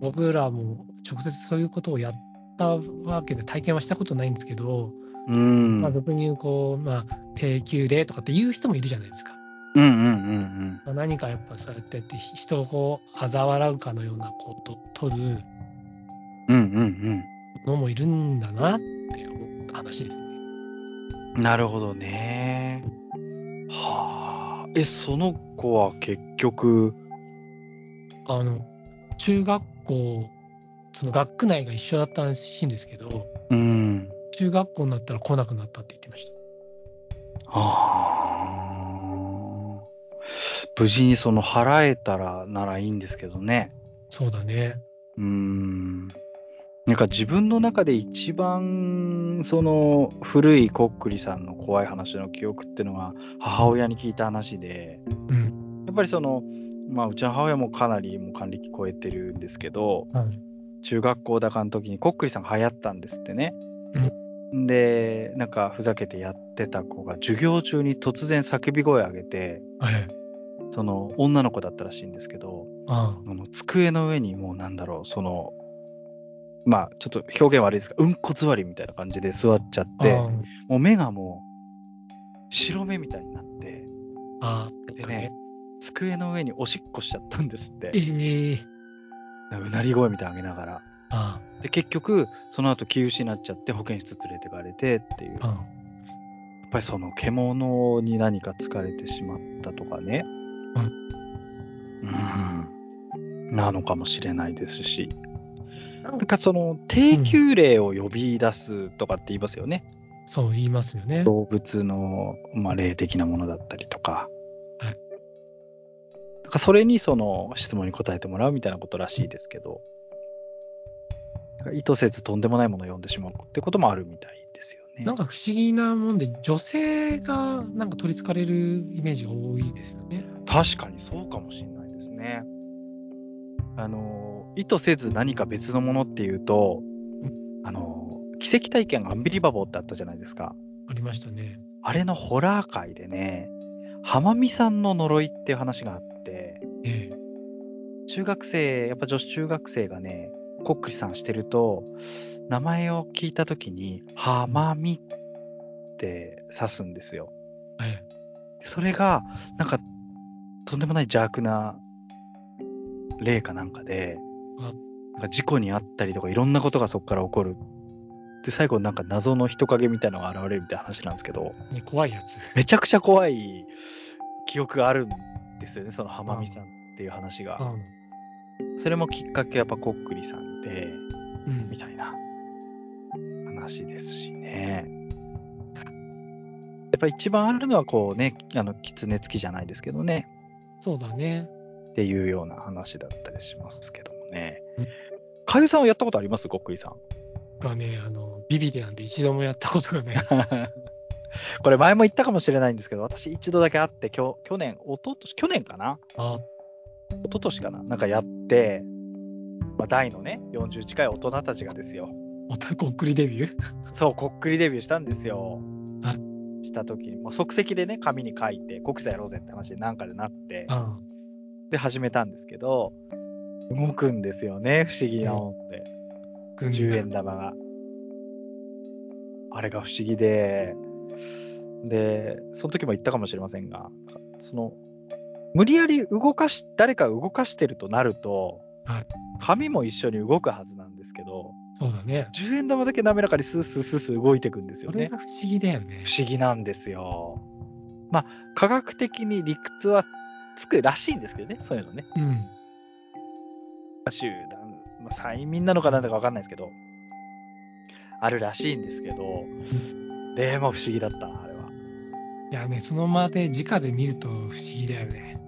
S3: 僕らも直接そういうことをやったわけで体験はしたことないんですけど、
S1: うん。うん
S3: ま
S1: う
S3: あ、
S1: ん
S3: 俗に言うこう、まあ、低級でとかって言う人もいるじゃないですか。
S1: うんうん
S3: まあ、何かやっぱそうやってやってひ人をこう嘲笑うかのようなこと取る
S1: うん。うんうん
S3: のもいるんだなって思った話ですね。
S1: うん。なるほどね。はあ。え、その子は結局、
S3: あの中学校その学区内が一緒だったらしいんですけど
S1: うん。
S3: 中学校になったら来なくなったって言ってました。
S1: ああ。無事にその払えたらならいいんですけどね。
S3: そうだね。
S1: うーん。なんか自分の中で一番その古いこっくりさんの怖い話の記憶っていうのは母親に聞いた話で、
S3: うん。
S1: やっぱりその、まあうちの母親もかなりもう還暦超えてるんですけど、
S3: はい。
S1: 中学校だかの時にこっくりさんが流行ったんですってね。で、なんかふざけてやってた子が授業中に突然叫び声上げて、
S3: はい。
S1: その女の子だったらしいんですけど、
S3: あ
S1: あの机の上にもうなんだろう、その、まあちょっと表現悪いですが、うんこ座りみたいな感じで座っちゃっ
S3: あ。
S1: て、
S3: あ
S1: もう目がもう白目みたいになって、
S3: あ。
S1: でね。、机の上におしっこしちゃったんですって
S3: え、え
S1: うなり声みたいなの上げながら。
S3: あ
S1: で、結局、その後気失っちゃって保健室連れてかれてっていう、
S3: あ。
S1: やっ
S3: あ
S1: ぱりその獣に何か疲れてしまったとかね、
S3: う
S1: うん、なのかもしれないですし。なんかその低級霊を呼び出すとかって言いますよね。
S3: あ。そう言いますよね。
S1: 動物の、まあ、霊的なものだったりとか。
S3: はい
S1: なんかそれにその質問に答えてもらうみたいなことらしいですけど、なんか意図せずとんでもないものを呼んでしまうってこともあるみたいですよね。
S3: なんか不思議なもんで、女性がなんか取りつかれるイメージが多いですよね。
S1: 確かにそうかもしれないですね。あの意図せず何か別のものっていうと、あの奇跡体験アンビリバボーってあったじゃないですか。
S3: ありましたね。
S1: あれのホラー界でね、浜美さんの呪いっていう話があって、
S3: ええ。
S1: 中学生、やっぱ女子中学生がね、こっくりさんしてると、名前を聞いたときに、浜美って指すんですよ。
S3: はい。
S1: でそれが、なんか、とんでもない邪悪な霊かなんかで
S3: あ、
S1: なんか事故にあったりとか、いろんなことがそこから起こる。で、最後、なんか謎の人影みたいなのが現れるみたいな話なんですけど、
S3: ね、怖いやつ。
S1: めちゃくちゃ怖い記憶があるんですよね、その浜美さんっていう話
S3: う
S1: が。
S3: ん。
S1: それもきっかけはやっぱこっくりさんで、
S3: うん
S1: み。たいな話ですしね。やっぱ一番あるのはこうね、あの、狐つきじゃないですけどね、
S3: そうだね。
S1: っていうような話だったりしますけどもね
S3: うん。
S1: かゆさんはやったことありますこっくり
S3: *laughs*
S1: さん。
S3: がね、あの、ビビデなんで一度もやったことがな
S1: *laughs*
S3: いです。
S1: これ前も言ったかもしれないんですけど、私一度だけ会って、きょ去年、おととし、去年かな
S3: あ
S1: 一昨年かななんかやって、まあ、大のね、40近い大人たちがですよ。
S3: おたこっくりデビュー
S1: そう、こっくりデビューしたんですよ
S3: は。
S1: した時に、もう即席でね、紙に書いて、国際やろうぜって話になんかでなって、
S3: あ
S1: で始めたんですけど、動くんですよね、不思議なもんで。
S3: 軍
S1: 10円玉が。あれが不思議で、で、その時も言ったかもしれませんが、その、無理やり動かし、誰かが動かしてるとなると、
S3: はい
S1: 紙も一緒に動くはずなんですけど、
S3: そうだね。
S1: 10円玉だけ滑らかにスースースースー動いていくんですよ
S3: それ
S1: ね。
S3: が不思議だよね
S1: 不。思議なんですよ。まあ、科学的に理屈はつくらしいんですけどね、そういうのね。
S3: うん。
S1: 集団、まあ、催眠なのかなんだか分かんないですけど、あるらしいんですけど、でも不思議だったな、あれは。
S3: いやね、その場で直で見ると不思議だよね。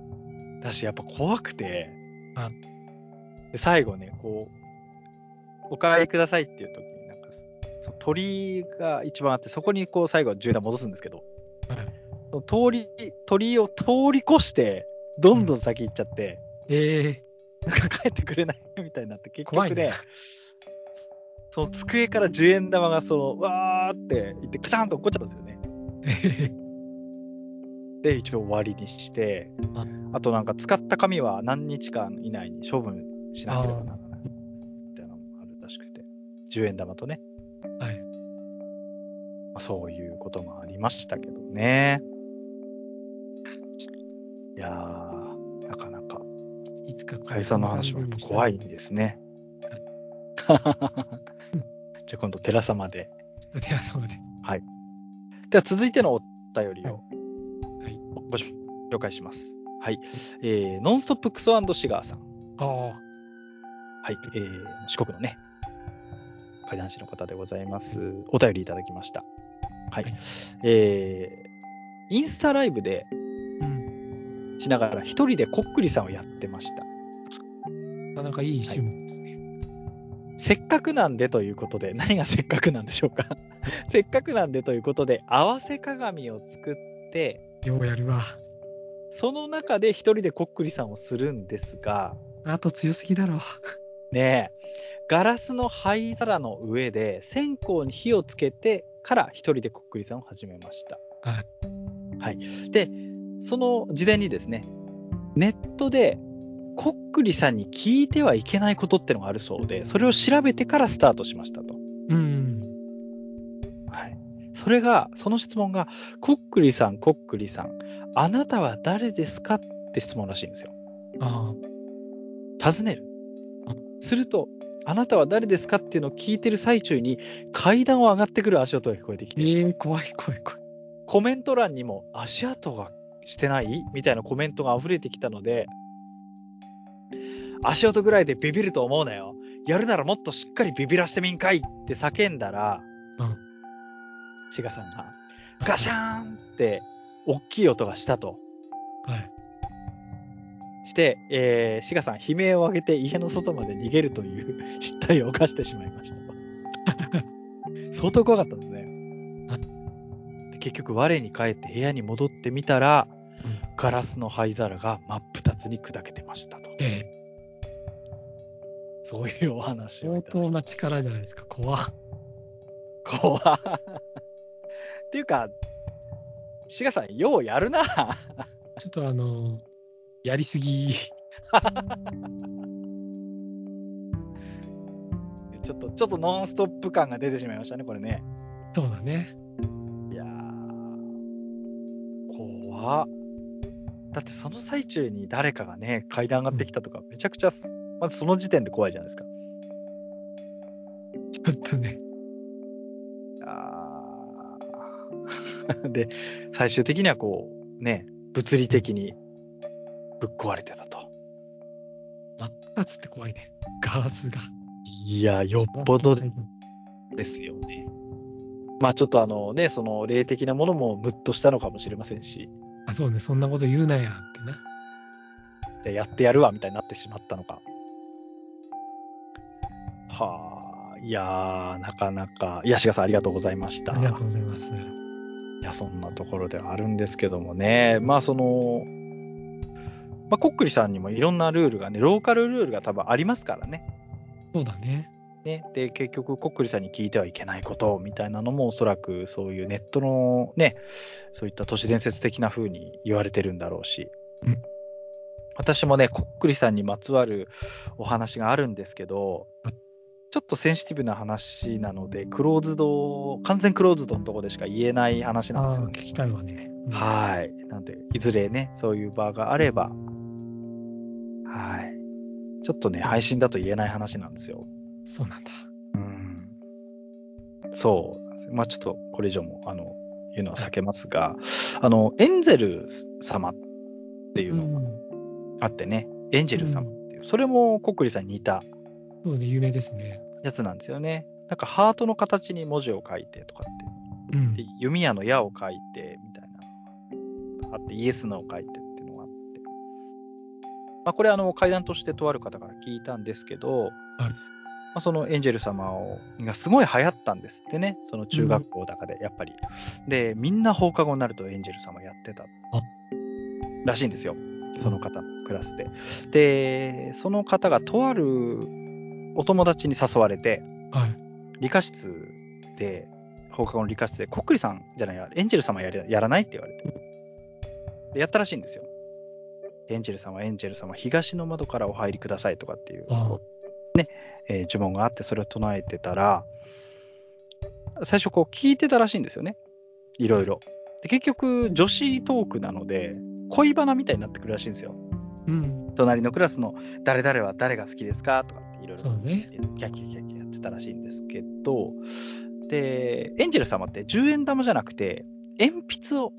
S1: 私、やっぱ怖くて
S3: あ、
S1: で最後ね、こう、お帰りくださいっていう時に、なんか、そ鳥居が一番あって、そこにこう、最後は銃弾戻すんですけど、
S3: はい
S1: その通り、鳥居を通り越して、どんどん先行っちゃって、
S3: ええ
S1: なんか帰ってくれないみたいになって、結
S3: 怖い
S1: 局
S3: ね
S1: ね、その机から10円玉がその、わーっていって、カチャンと落っこっちゃったんですよね。で、一応終わりにして
S3: あ、
S1: あとなんか使った紙は何日間以内に処分しなければならない。みたいなのもあるらしくて、10円玉とね、
S3: はい。
S1: まあそういうこともありましたけどね。いやー、なかなか。
S3: いつかこう
S1: 解散の話はやっぱ怖いん。ですね。じゃ *laughs* あ今度、寺様で。
S3: ちょっと寺様で。
S1: では続いてのお便りを
S3: はい
S1: ご紹介します。はい。えー、ノンストップクソシガーさん。
S3: あ
S1: はい。えー、四国のね、怪談師の方でございます。お便りいただきました。はい。
S3: はい
S1: えー、インスタライブで
S3: あ。うん。
S1: しながら一人でこっくりさんをやってました。
S3: なかなかいい趣味ですね。
S1: せっかくなんでということで、何がせっかくなんでしょうか。 *laughs* せっかくなんでということで、合わせ鏡を作って、
S3: ようやるわ。
S1: その中で一人でこっくりさんをするんですが、
S3: あと強すぎだろ。
S1: ねえ、ガラスの灰皿の上で線香に火をつけてから一人でこっくりさんを始めました。
S3: はい
S1: はい。で、その事前にですね、ネットでこっくりさんに聞いてはいけないことってのがあるそうで、それを調べてからスタートしましたと。
S3: うん。
S1: はい、それが、その質問が、こっくりさん、こっくりさん、あなたは誰ですかって質問らしいんですよ。
S3: あ
S1: 尋ねる
S3: あ。
S1: すると、あなたは誰ですかっていうのを聞いてる最中に、階段を上がってくる足音が聞こえてき
S3: ええ
S1: て、
S3: 怖い怖い怖い。
S1: コメント欄にも、足跡がしてないみたいなコメントが溢れてきたので、足音ぐらいでビビると思うなよ。やるならもっとしっかりビビらしてみんかいって叫んだら、
S3: うん
S1: 志賀さんが、ガシャーンって大きい音がしたと。
S3: はい。
S1: して、えー、志賀さん、悲鳴を上げて家の外まで逃げるという *laughs* 失態を犯してしまいましたと。 *laughs* 相当怖かったんですね。で結局、我に返って部屋に戻ってみたら、
S3: うん
S1: ガラスの灰皿が真っ二つに砕けてましたと。
S3: ええ
S1: そういうお話を
S3: 相
S1: いただき
S3: 当
S1: ま
S3: な
S1: し。
S3: 力じゃないですか。 *laughs* 怖った
S1: 怖っっていうか、志賀さん、ようやるな。 *laughs*
S3: ちょっとあの、やりすぎ。
S1: ちょっと、ちょっとノンストップ感が出てしまいましたね、これね。
S3: そうだね。
S1: いやー、怖っだってその最中に誰かがね、階段上がってきたとか、めちゃくちゃす、まずその時点で怖いじゃないですか。
S3: ちょっとね。
S1: あー *laughs* で、最終的にはこう、ね、物理的にぶっ壊れてたと。
S3: 真っ二つって怖いね。ガラスが。
S1: いや、よっぽどですよね。まあちょっとあのね、その霊的なものもムッとしたのかもしれませんし、
S3: あ、そうね。そんなこと言うなやってな。
S1: じゃあやってやるわみたいになってしまったのか。はあ、いやー、なかなか、いや、志賀さん、ありがとうございました。
S3: ありがとうございます。
S1: いや、そんなところではあるんですけどもね、まあ、その、まあ、こっくりさんにもいろんなルールがね、ローカルルールが多分ありますからね。
S3: そうだね。
S1: ねで、結局、こっくりさんに聞いてはいけないことみたいなのも、おそらくそういうネットのね、そういった都市伝説的な風に言われてるんだろうし
S3: うん。
S1: 私もね、こっくりさんにまつわるお話があるんですけど
S3: うん、
S1: ちょっとセンシティブな話なので、クローズド、完全クローズドのとこでしか言えない話なん
S3: あ
S1: で
S3: あ
S1: すよ
S3: ー、
S1: ね
S3: 聞。きたいわね。うん
S1: はい。なんで、いずれね、そういう場があれば、はい。ちょっとね、配信だと言えない話なんですよ。
S3: そうなんだ。
S1: うん。そうなんですよ。まあちょっと、これ以上も、あの、言うのは避けますが、あの、エンゼル様っていう
S3: う
S1: のが
S3: ん、
S1: あってね、エンジェル様っていう、それもコックリさんに似た
S3: そうで有名ですね。
S1: やつなんですよね。なんか、ハートの形に文字を書いてとかって
S3: うん
S1: で。弓矢の矢を書いてみたいなあってイエスのを書いてっていうのがあって、まあ、これあの階段としてとある方から聞いたんですけど、まあ、そのエンジェル様をがすごい流行ったんですってねその中学校だかでやっぱり、でみんな放課後になるとエンジェル様やってたらしいんですよその方のクラスででその方がとあるお友達に誘われて、
S3: はい。
S1: 理科室で放課後の理科室でこっくりさんじゃないやエンジェル様やりやらないって言われてでやったらしいんですよエンジェル様エンジェル様東の窓からお入りくださいとかっていう、
S3: あ
S1: えー呪文があってそれを唱えてたら最初こう聞いてたらしいんですよねいろいろで結局女子トークなので恋バナみたいになってくるらしいんですよ
S3: うん。
S1: 隣のクラスの誰々は誰が好きですかとかっていろいろ
S3: そうね。
S1: キャッキャッキャッキャやってたらしいんですけど、で、エンジェル様って10円玉じゃなくて、鉛筆を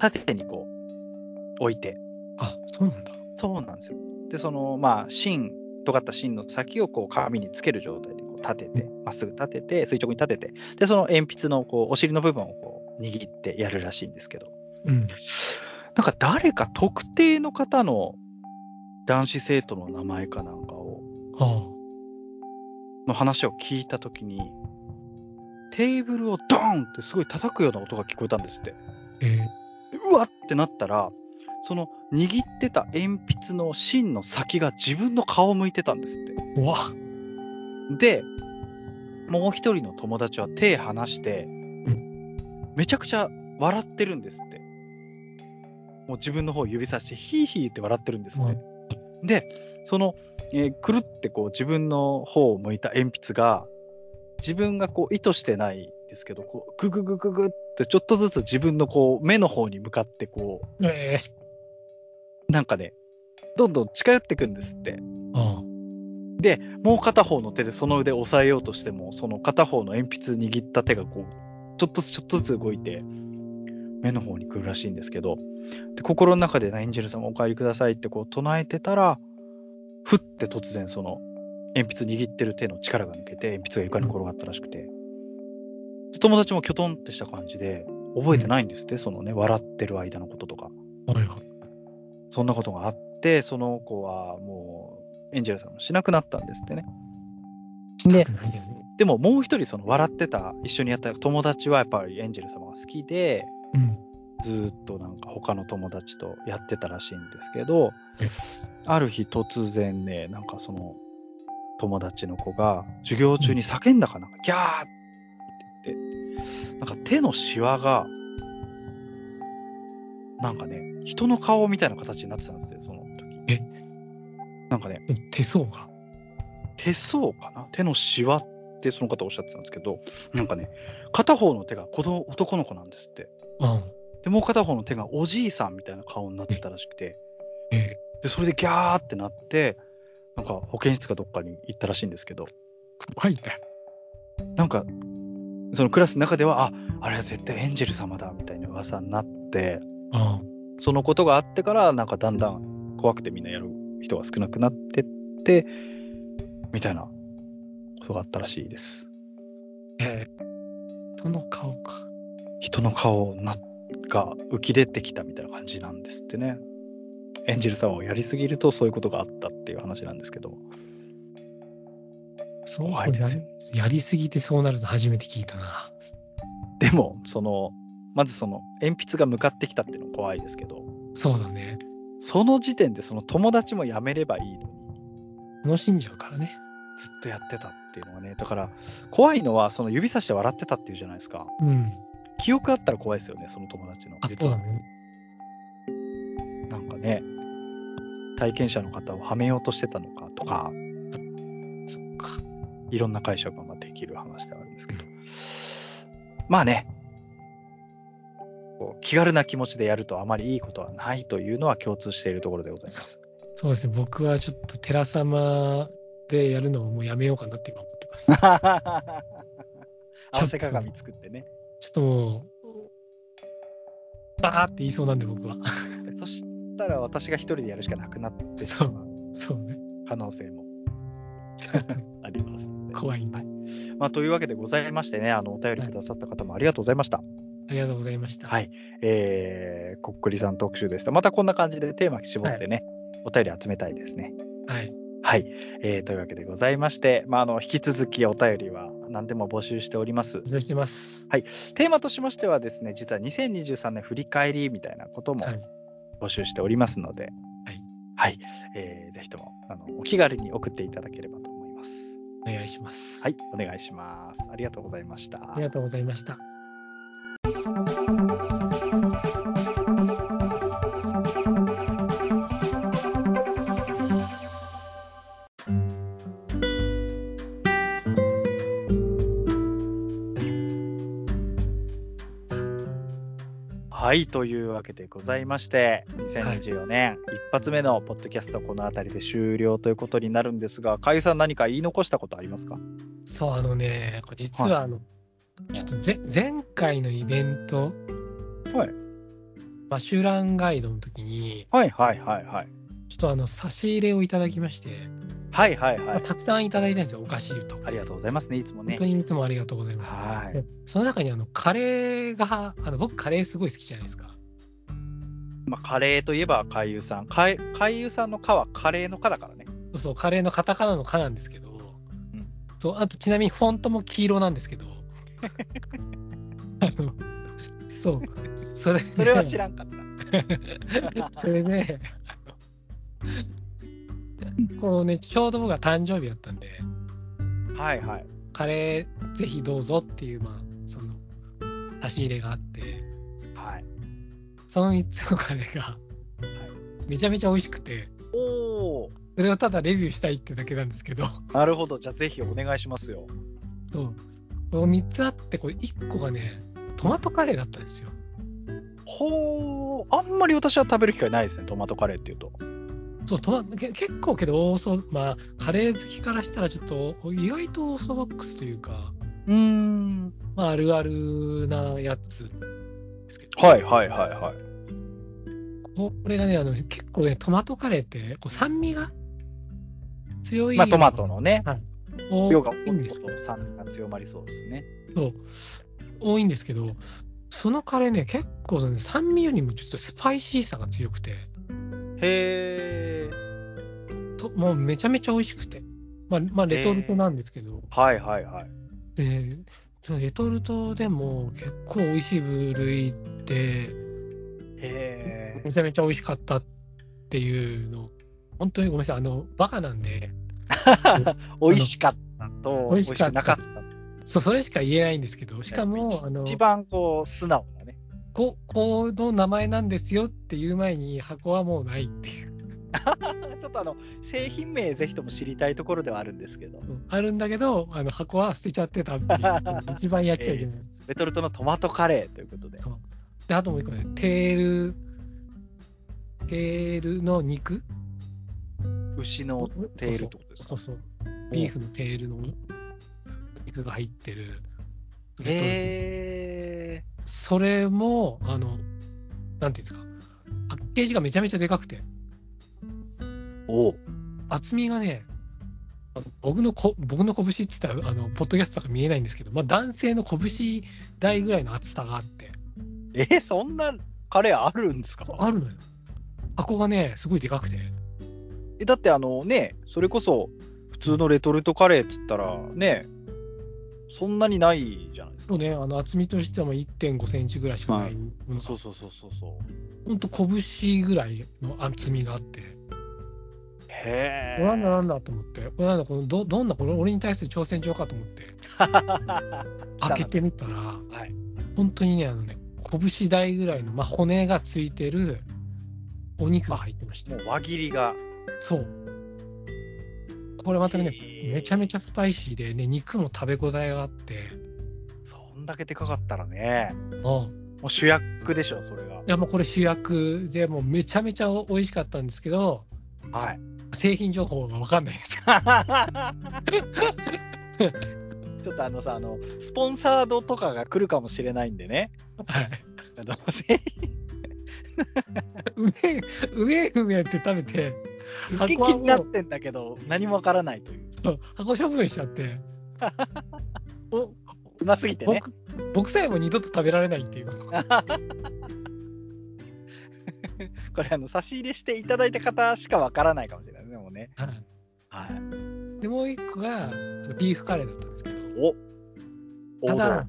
S1: 縦にこう置いて、
S3: あ、そうなんだ。
S1: そうなんですよ。で、その、まあ、芯、尖った芯の先をこう紙につける状態でこう立てて、まっすぐ立てて、垂直に立てて、で、その鉛筆のこうお尻の部分をこう握ってやるらしいんですけど、
S3: うん。
S1: なんか誰か特定の方の男子生徒の名前かなんかを
S3: ああ。
S1: の話を聞いたときに、テーブルをドーンってすごい叩くような音が聞こえたんですって。
S3: え
S1: でうわってなったら、その握ってた鉛筆の芯の先が自分の顔を向いてたんですって。
S3: ー、うわ。
S1: で、もう一人の友達は手離して、めちゃくちゃ笑ってるんですって。もう自分の方を指さして、ヒーヒーって笑ってるんですって。で、その、えーくるってこう自分の方を向いた鉛筆が、自分がこう意図してないですけど、こうグググググってちょっとずつ自分のこう目の方に向かってこ
S3: えー、
S1: う、なんかね、どんどん近寄ってくんですって。
S3: あ
S1: で、もう片方の手でその腕を押さえようとしても、その片方の鉛筆握った手がこう、ちょっとずつちょっとずつ動いて、目の方に来るらしいんですけど、で心の中でねエンジェル様お帰りくださいってこう唱えてたら、ふって突然その鉛筆握ってる手の力が抜けて、鉛筆が床に転がったらしくて、で友達もきょとんってした感じで、覚えてないんですって、そのね、笑ってる間のこととか。
S3: あ。はいはい。
S1: そんなことがあって、その子はもうエンジェルさんもしなくなったんですってね。
S3: し
S1: で
S3: たくないよね。
S1: でももう一人、その笑ってた、一緒にやった友達はやっぱりエンジェル様が好きで、
S3: うん。
S1: ずーっとなんか他の友達とやってたらしいんですけど
S3: え、
S1: ある日突然ね、なんかその友達の子が授業中に叫んだかな、ギャーって言って、なんか手のシワが、なんかね、人の顔みたいな形になってたんですよ、その時。
S3: え
S1: なんかね、
S3: 手相が。
S1: 手相かな手のシワってその方おっしゃってたんですけど、なんかね、片方の手がこの男の子なんですって。
S3: うん。
S1: で、もう片方の手がおじいさんみたいな顔になってたらしくて、
S3: え
S1: で、それでギャーってなって、なんか保健室かどっかに行ったらしいんですけど、
S3: ー、怖いんだよ。
S1: なんか、そのクラスの中では、あ、あれは絶対エンジェル様だみたいな噂になって、
S3: あ
S1: そのことがあってから、なんかだんだん怖くてみんなやる人が少なくなってって、みたいなことがあったらしいです。
S3: ーえー、人の顔か。
S1: 人の顔なが浮き出てきたみたいな感じなんですってね。エンジェル様をやりすぎるとそういうことがあったっていう話なんですけど。
S3: そう
S1: 怖いですよ
S3: これややりすぎてそうなるの初めて聞いたな。
S1: でも、その、まずその、鉛筆が向かってきたっていうのも怖いですけど、
S3: そうだね。
S1: その時点でその友達もやめればいいのに、
S3: 楽しんじゃうからね。
S1: ずっとやってたっていうのがね、だから、怖いのは、その指さして笑ってたっていうじゃないですか。
S3: うん。
S1: 記憶あったら怖いですよね、その友達の。
S3: あ、
S1: 実
S3: そう
S1: は。
S3: だね。
S1: なんかね、体験者の方をはめようとしてたのかとか、
S3: そっか。
S1: いろんな解釈ができる話ではあるんですけど、まあね、こう気軽な気持ちでやるとあまりいいことはないというのは共通しているところでございま
S3: *laughs*
S1: す。
S3: そうですね。僕はちょっと寺様でやるのをもうやめようかなって今思って
S1: *laughs*
S3: ます。ち
S1: 合わせ鏡作ってね。
S3: ょっともう、バーって言いそうなんで僕は。 *laughs*
S1: そしたら私が一人でやるしかなくなってしまう
S3: そうね。
S1: 可能性
S3: *laughs*
S1: もありますので。
S3: 怖いんだ。
S1: まあ、というわけでございましてね、あのお便りくださった方もありがとうございました。
S3: ありがとうございました。
S1: はい。えー、こっくりさん特集でした。またこんな感じでテーマ絞ってね、お便り集めたいですね。
S3: はい。
S1: はい、えーというわけでございまして、まあ、あの引き続きお便りは何でも募集しております
S3: お。願いしてます。
S1: テーマとしましてはですね、実は2023年振り返りみたいなことも
S3: はい。
S1: 募集しておりますので、
S3: はい
S1: はい、えーぜひともあのお気軽に送っていただければと思います。
S3: お願いします。
S1: はい、お願いします。ありがとうございました。
S3: ありがとうございました。
S1: はい、というわけでございまして、2024年一発目のポッドキャスト、この辺りで終了ということになるんですが、かゆさん、何か言い残したことありますか
S3: そう、あのね、これ実はあの、ちょっとぜ前回のイベント、
S1: はい。
S3: まあ、集覧ガイドの時に、
S1: はいはいはいはい。
S3: ちょっとあの、差し入れをいただきまして、
S1: はいはいは
S3: まあ
S1: い。
S3: たくさんいただいたんですよ、お菓子と。
S1: ありがとうございますね、いつも
S3: 本
S1: ね
S3: 当。にいつもありがとうございます。
S1: は
S3: でその中にあの、カレーが、あの僕、カレーすごい好きじゃないですか。
S1: い。まあ、カレーといえば海遊さん。海海遊さんの「か」はカレーの「か」だからね。
S3: そうそう、カレーのカタカナのカなんですけど、
S1: ん
S3: そうあとちなみにフォントも黄色なんですけど、あのそう、それ、
S1: それは知らん *laughs* かった。
S3: それで、このね、ちょうど僕が誕生日だったんで、
S1: はいはい。
S3: カレーぜひどうぞっていう、まあ、その、差し入れがあって、
S1: はい。
S3: その3つのカレーが、めちゃめちゃ美味しくて、
S1: おお。
S3: それをただレビューしたいってだけなんですけど、
S1: なるほど。じゃあぜひお願いしますよ。
S3: そう、この3つあって、これ1個がね、トマトカレーだったんですよ。
S1: ほう。あんまり私は食べる機会ないですね、トマトカレーっていうと。
S3: そうトマけ結構けど、多そうまあ、カレー好きからしたら、ちょっと意外とオーソドックスというか、
S1: うーん。
S3: まあ、あるあるなやつですけど、
S1: はいはいはいはい。
S3: これがね、あの結構ね、トマトカレーって、こう酸味が強い、
S1: まあトマトのね、量が
S3: 多
S1: 多
S3: い
S1: い
S3: んで
S1: こ
S3: すけ
S1: と酸味が強まりそうですね。
S3: ど、多いんですけど、そのカレーね、結構その、酸味よりもちょっとスパイシーさが強くて、
S1: へえ。
S3: ともうめちゃめちゃ美味しくて、まあ、まあ、レトルトなんですけど、
S1: はいはいはい。
S3: でそのレトルトでも結構美味しい部類で
S1: へえ。
S3: めちゃめちゃ美味しかったっていうの本当にごめんなさいあのバカなんで
S1: 美味しかったと、美
S3: 美
S1: 味
S3: 味
S1: し
S3: し
S1: く
S3: かった
S1: なかった。
S3: そうそれしか言えないんですけどしかも
S1: 一
S3: あの
S1: 一番こう、素直なね。
S3: ここの名前なんですよっていう前に箱はもうないっていう
S1: ちょっとあの製品名ぜひとも知りたいところではあるんですけど、
S3: あるんだけどあの箱は捨てちゃってたっていう一番やっちゃいけない、
S1: レトルトのトマトカレーということで。
S3: そうであともう一個ねテールテールの肉
S1: 牛のテールってことです
S3: そ
S1: か
S3: うそう。ビーフのテールの肉が入ってる。レ
S1: へ
S3: トルトそれも、あの、なんていうんですか、パッケージがめちゃめちゃでかくて、
S1: ー。おう
S3: 厚みがね、あの僕のこ僕の拳って言ったら、あのポッドキャストとか見えないんですけど、まあ、男性の拳台ぐらいの厚さがあって、
S1: えー、そんなカレーあるんですか
S3: そうあるのよ。箱がね、すごいでかくて、
S1: えだってあのね、それこそ普普通のレトルトカレーっつったらねそんなにないじゃないですか
S3: そうね、あの厚みとしても1.5センチぐらいしかない、
S1: は
S3: うん
S1: そうそうそうそうそう
S3: ほんと拳ぐらいの厚みがあって、
S1: へえ
S3: なんだなんだと思って、これなんだこのどどんなこれ俺に対する挑戦状かと
S1: *laughs*
S3: 思って、開けてみたら、
S1: い
S3: 本当にね、あのね、拳大ぐらいの、まあ、骨がついてるお肉が入ってました
S1: も。う輪切りが
S3: そう。これまたね、めちゃめ
S1: ち
S3: ちゃスパイシーで、ね、肉も食べ応えがあって、
S1: ゃそんだけでかかったらね
S3: うん、
S1: もう主役でしょそれが
S3: いやもうこれ主役でもうめちゃめちゃお美味しかったんですけど、
S1: はい *laughs*
S3: 製品情報が分かんないです。
S1: ちょっとあのさあのスポンサードとかが来るかもしれないんでね
S3: はい *laughs*
S1: あの製品
S3: うめえ、うめえ、うめえって食べて、
S1: すっげえ気になってんだけど何もわからないという
S3: そう箱処分しちゃって、お
S1: うますぎてね
S3: 僕僕さえも二度と食べられないっていう。
S1: これあの差し入れしていただいた方しかわからないかもしれないねもうね
S3: はい
S1: はい
S3: で、もう一個がビーフカレーだったんですけど、
S1: お
S3: ただ、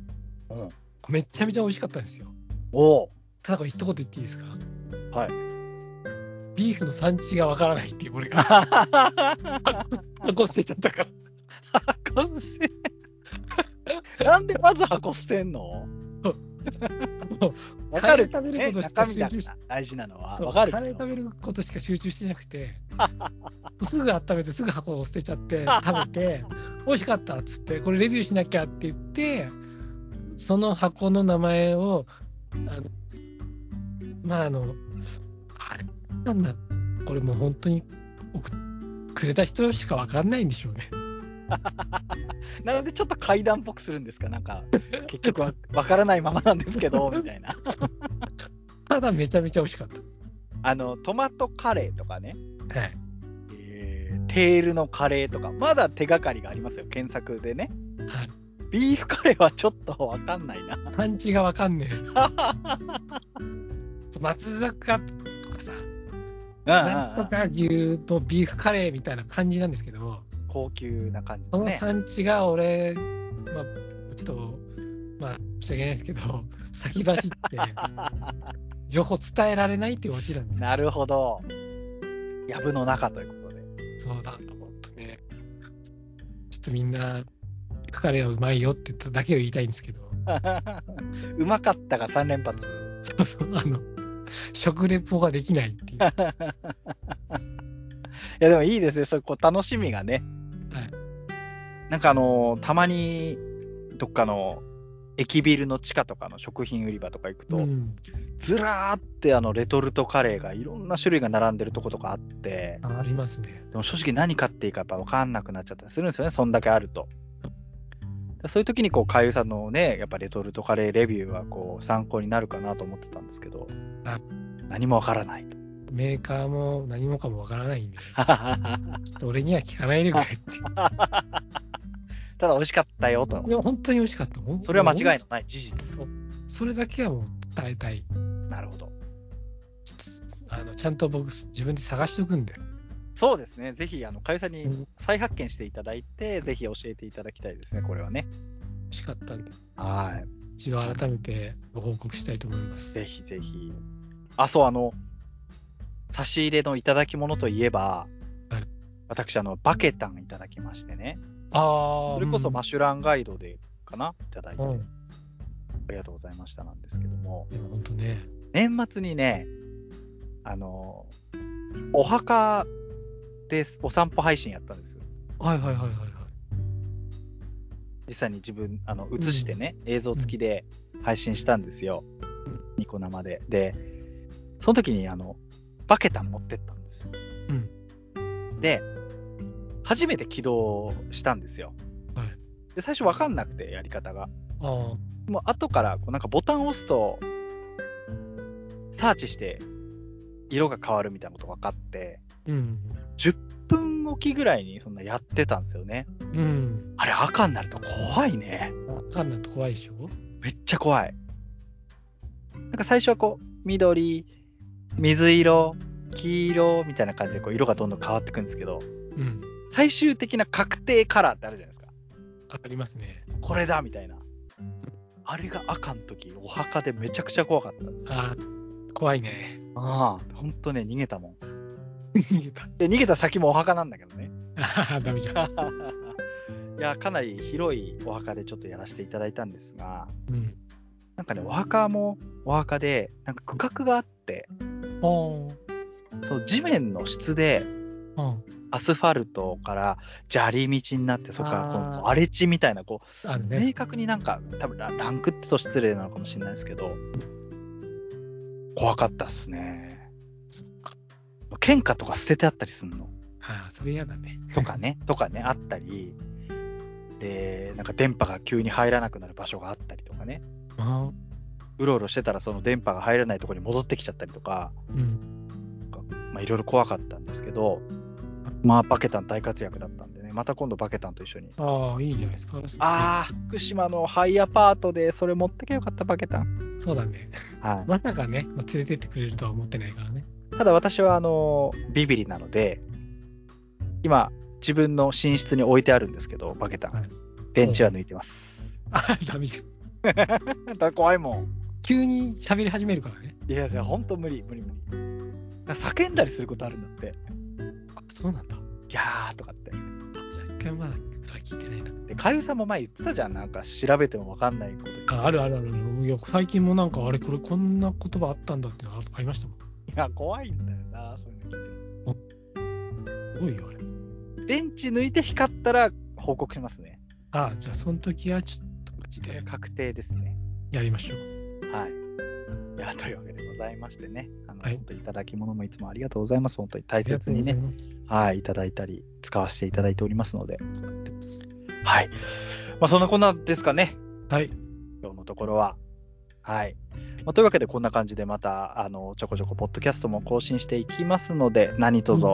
S1: 王道うん
S3: めちゃめちゃ美味しかったんですよ。
S1: おう *laughs*
S3: ただこれ一言言っていいですか。
S1: はい
S3: ビーフの産地がわからないっていう、
S1: *laughs*
S3: 俺が。
S1: 完
S3: 箱捨てちゃったから。
S1: 成なんでまず箱捨てんの
S3: もう
S1: わかる
S3: カレー食べることし
S1: ね
S3: か
S1: 中身
S3: 集
S1: だか
S3: 中し
S1: ら大事なのは
S3: そう
S1: わかる
S3: カ
S1: け
S3: レー
S1: ど
S3: 食べることしか集中してな
S1: *laughs*
S3: くてすぐ温めてすぐ箱を捨てちゃって食べて美味しかったっつってこれレビューしなきゃって言ってその箱の名前をあのまああのあれなんだこれもう本当に送っくれた人しか分かんないんでしょうね。
S1: なのでちょっと階段っぽくするんですかなんか結局はわからないままなんですけどみたいな
S3: *laughs* ただめちゃめちゃ美味しかっ
S1: あのトマトカレーとかね、
S3: た。はい、
S1: えーテールのカレーとかまだ手がかりがありますよ検索でね
S3: はい、
S1: ビーフカレーはちょっとわかんないな
S3: 産地が分か
S1: *laughs*
S3: んねえ。松坂とかさ
S1: う
S3: なん
S1: んうん
S3: と
S1: うん
S3: か牛とビーフカレーみたいな感じなんですけど、
S1: 高級な感じ
S3: そ
S1: の
S3: の
S1: ね
S3: 産地が俺、まあ、ちょっと、まあ、申し訳ないですけ
S1: *laughs*
S3: ど、先走って、情報伝えられないっていうオチなんですよ。
S1: なるほどやぶの中ということで *laughs*
S3: そうだ、ほんとね。ちょっとみんな、ビーフカレーはうまいよって言っただけを言いたいんですけど、 *laughs*
S1: うまかったが3連発。 *laughs*
S3: そうそう、あの、食レポができないっていう。はい
S1: やでもいいですね、そういうこう楽しみがね。
S3: はい
S1: なんかあのーたまにどっかの駅ビルの地下とかの食品売り場とか行くと、
S3: うん、
S1: ずらーってあのレトルトカレーがいろんな種類が並んでるとことかあって、
S3: ありますね。
S1: でも正直何買っていいかやっぱ分かんなくなっちゃったりするんですよね、そんだけあると。そういう時にこう、かゆさんのね、やっぱレトルトカレーレビューはこう参考になるかなと思ってたんですけど
S3: はい、
S1: 何もわからない *laughs* と。
S3: メーカーも何もかもわからないんで、ちょっと俺には聞かないでく
S1: *laughs*
S3: れって。
S1: ただ美味しかったよと
S3: い。や、本当に美味しかった。ほん
S1: それは間違い
S3: ほ
S1: のない事実。
S3: んそれだけはもう伝えたい。
S1: なるほど。
S3: ちょっとあのちゃんと僕、自分で探しとくんで。
S1: そうですね。ぜひ、あの、かゆさん
S3: う
S1: に
S3: ん
S1: 再発見していただいて、ぜひ教えていただきたいですね、これはね。
S3: 美味しかったんで、
S1: は
S3: 一度改めてご報告したいと思いま
S1: い。
S3: す。
S1: ぜひぜひ。あ、そう、あの、差し入れのいただき物といえば、
S3: はい
S1: 私、あの、バケタンいただきましてね。
S3: ああ、
S1: それこそマ
S3: シ
S1: シュランガイドでかな、いただいて、
S3: うん。う
S1: あ
S3: ん
S1: りがとうございましたなんですけども、
S3: でも本当ね、
S1: 年末にね、あの、お墓です、お散歩配信やったんですよ
S3: はいはいはいはいはい。
S1: 実際に自分あの映してね、映像付きで配信したんですよ、ニコ生ででその時にあのバケタン持ってったんですよ、で初めて起動したんですよ、
S3: はい
S1: で最初分かんなくてやり方が
S3: あ
S1: もう後からこうなんかボタンを押すとサーチして色が変わるみたいなこと分かって
S3: あ、うん。
S1: 10分おきぐらいにそんなやってたんですよね
S3: うん。
S1: あれ赤になると怖いね
S3: わかんないと怖いでしょ
S1: めっちゃ怖い。なんか最初はこう、緑、水色、黄色みたいな感じでこう色がどんどん変わってくんですけど、
S3: うん。
S1: 最終的な確定カラーってあるじゃないですか。
S3: ありますね。
S1: これだみたいな。あれが赤の時、お墓でめちゃくちゃ怖かったんですよ。
S3: あー怖
S1: *laughs*
S3: いね。
S1: ああ、ほんとね、逃げたもん。
S3: 逃げた。
S1: で、逃げた先もお墓なんだけどね。
S3: ああ、ダメじゃん。
S1: いや、かなり広いお墓でちょっとやらせていただいたんですが、
S3: うん。
S1: なんかね、お墓もお墓で、なんか区画があって、
S3: おー
S1: その地面の質で、
S3: うん。
S1: アスファルトから砂利道になって、そこからこ
S3: あ
S1: の
S3: ー
S1: 荒れ地みたいな、こ
S3: ある
S1: う、
S3: ね。
S1: 明確になんか、多分ラランクって言うと失礼なのかもしれないですけど、怖かったっすね。
S3: そっか
S1: 喧嘩とか捨ててあったりすんの
S3: ああ、それ嫌だね。
S1: とか
S3: *laughs*
S1: ね、とかね、あったり、で、なんか電波が急に入らなくなる場所があったりとかね、
S3: あ
S1: うろうろしてたらその電波が入らないところに戻ってきちゃったりとか、
S3: ーうん。
S1: まあ、いろいろ怖かったんですけど、まあ、バケタン大活躍だったんでね、また今度バケタンと一緒に。
S3: ああ、いいじゃないですか。
S1: ああ、福島のハイアパートでそれ持ってけよかった、バケタン。
S3: そうだね。
S1: は
S3: まさかね、まあ連れてってくれるとは思ってないからね。
S1: い、ただ私は、あの、ビビリなので、今、自分の寝室に置いてあるんですけど、バケタン。
S3: はい
S1: 電池は抜いてます。
S3: ああ、ダメじゃ
S1: だ
S3: ん。
S1: から怖いもん。
S3: 急に喋り始めるからね。
S1: いやいや、ほんと無理、無理、無理。だから叫んだりすることあるんだって。
S3: あそうなんだ。
S1: ギャーとかって。
S3: あじゃあ、一回もまだそれ聞いてないな。
S1: で、かゆさんも前言ってたじゃん、なんか調べても分かんないこと言って
S3: ああるあるあるいや最近もなんかあれこれこんな言葉あったんだってのあありましたもん
S1: いや、怖いんだよな、そういうの聞いてる
S3: すごいよあれ
S1: 電池抜いて光ったら報告しますね。
S3: ああじゃあその時はちょっとマジで
S1: 確定ですね。
S3: やりましょう
S1: はい。いや、というわけでございましてね。あの、
S3: はい
S1: 本当にいただき物もいつもありがとうございます。本当に大
S3: ありが
S1: 切
S3: とう
S1: に
S3: ござい
S1: ね、
S3: ます
S1: はい、いただいたり、使わせていただいておりますので。
S3: 使ってます
S1: はい。まあ、そんなこんなですかね。
S3: はい
S1: 今日のところは。はい。まあ、というわけで、こんな感じでまた、あの、ちょこちょこ、ポッドキャストも更新していきますので、何卒、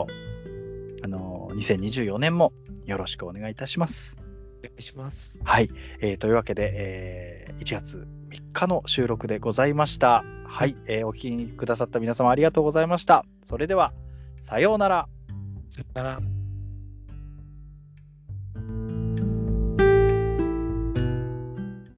S1: あの、2024年もよろしくお願いいたします。
S3: お願いします
S1: はい。えーというわけで、えー1月3日の収録でございました。はい。えーお聞きくださった皆様ありがとうございました。それでは、さようなら。
S3: さよなら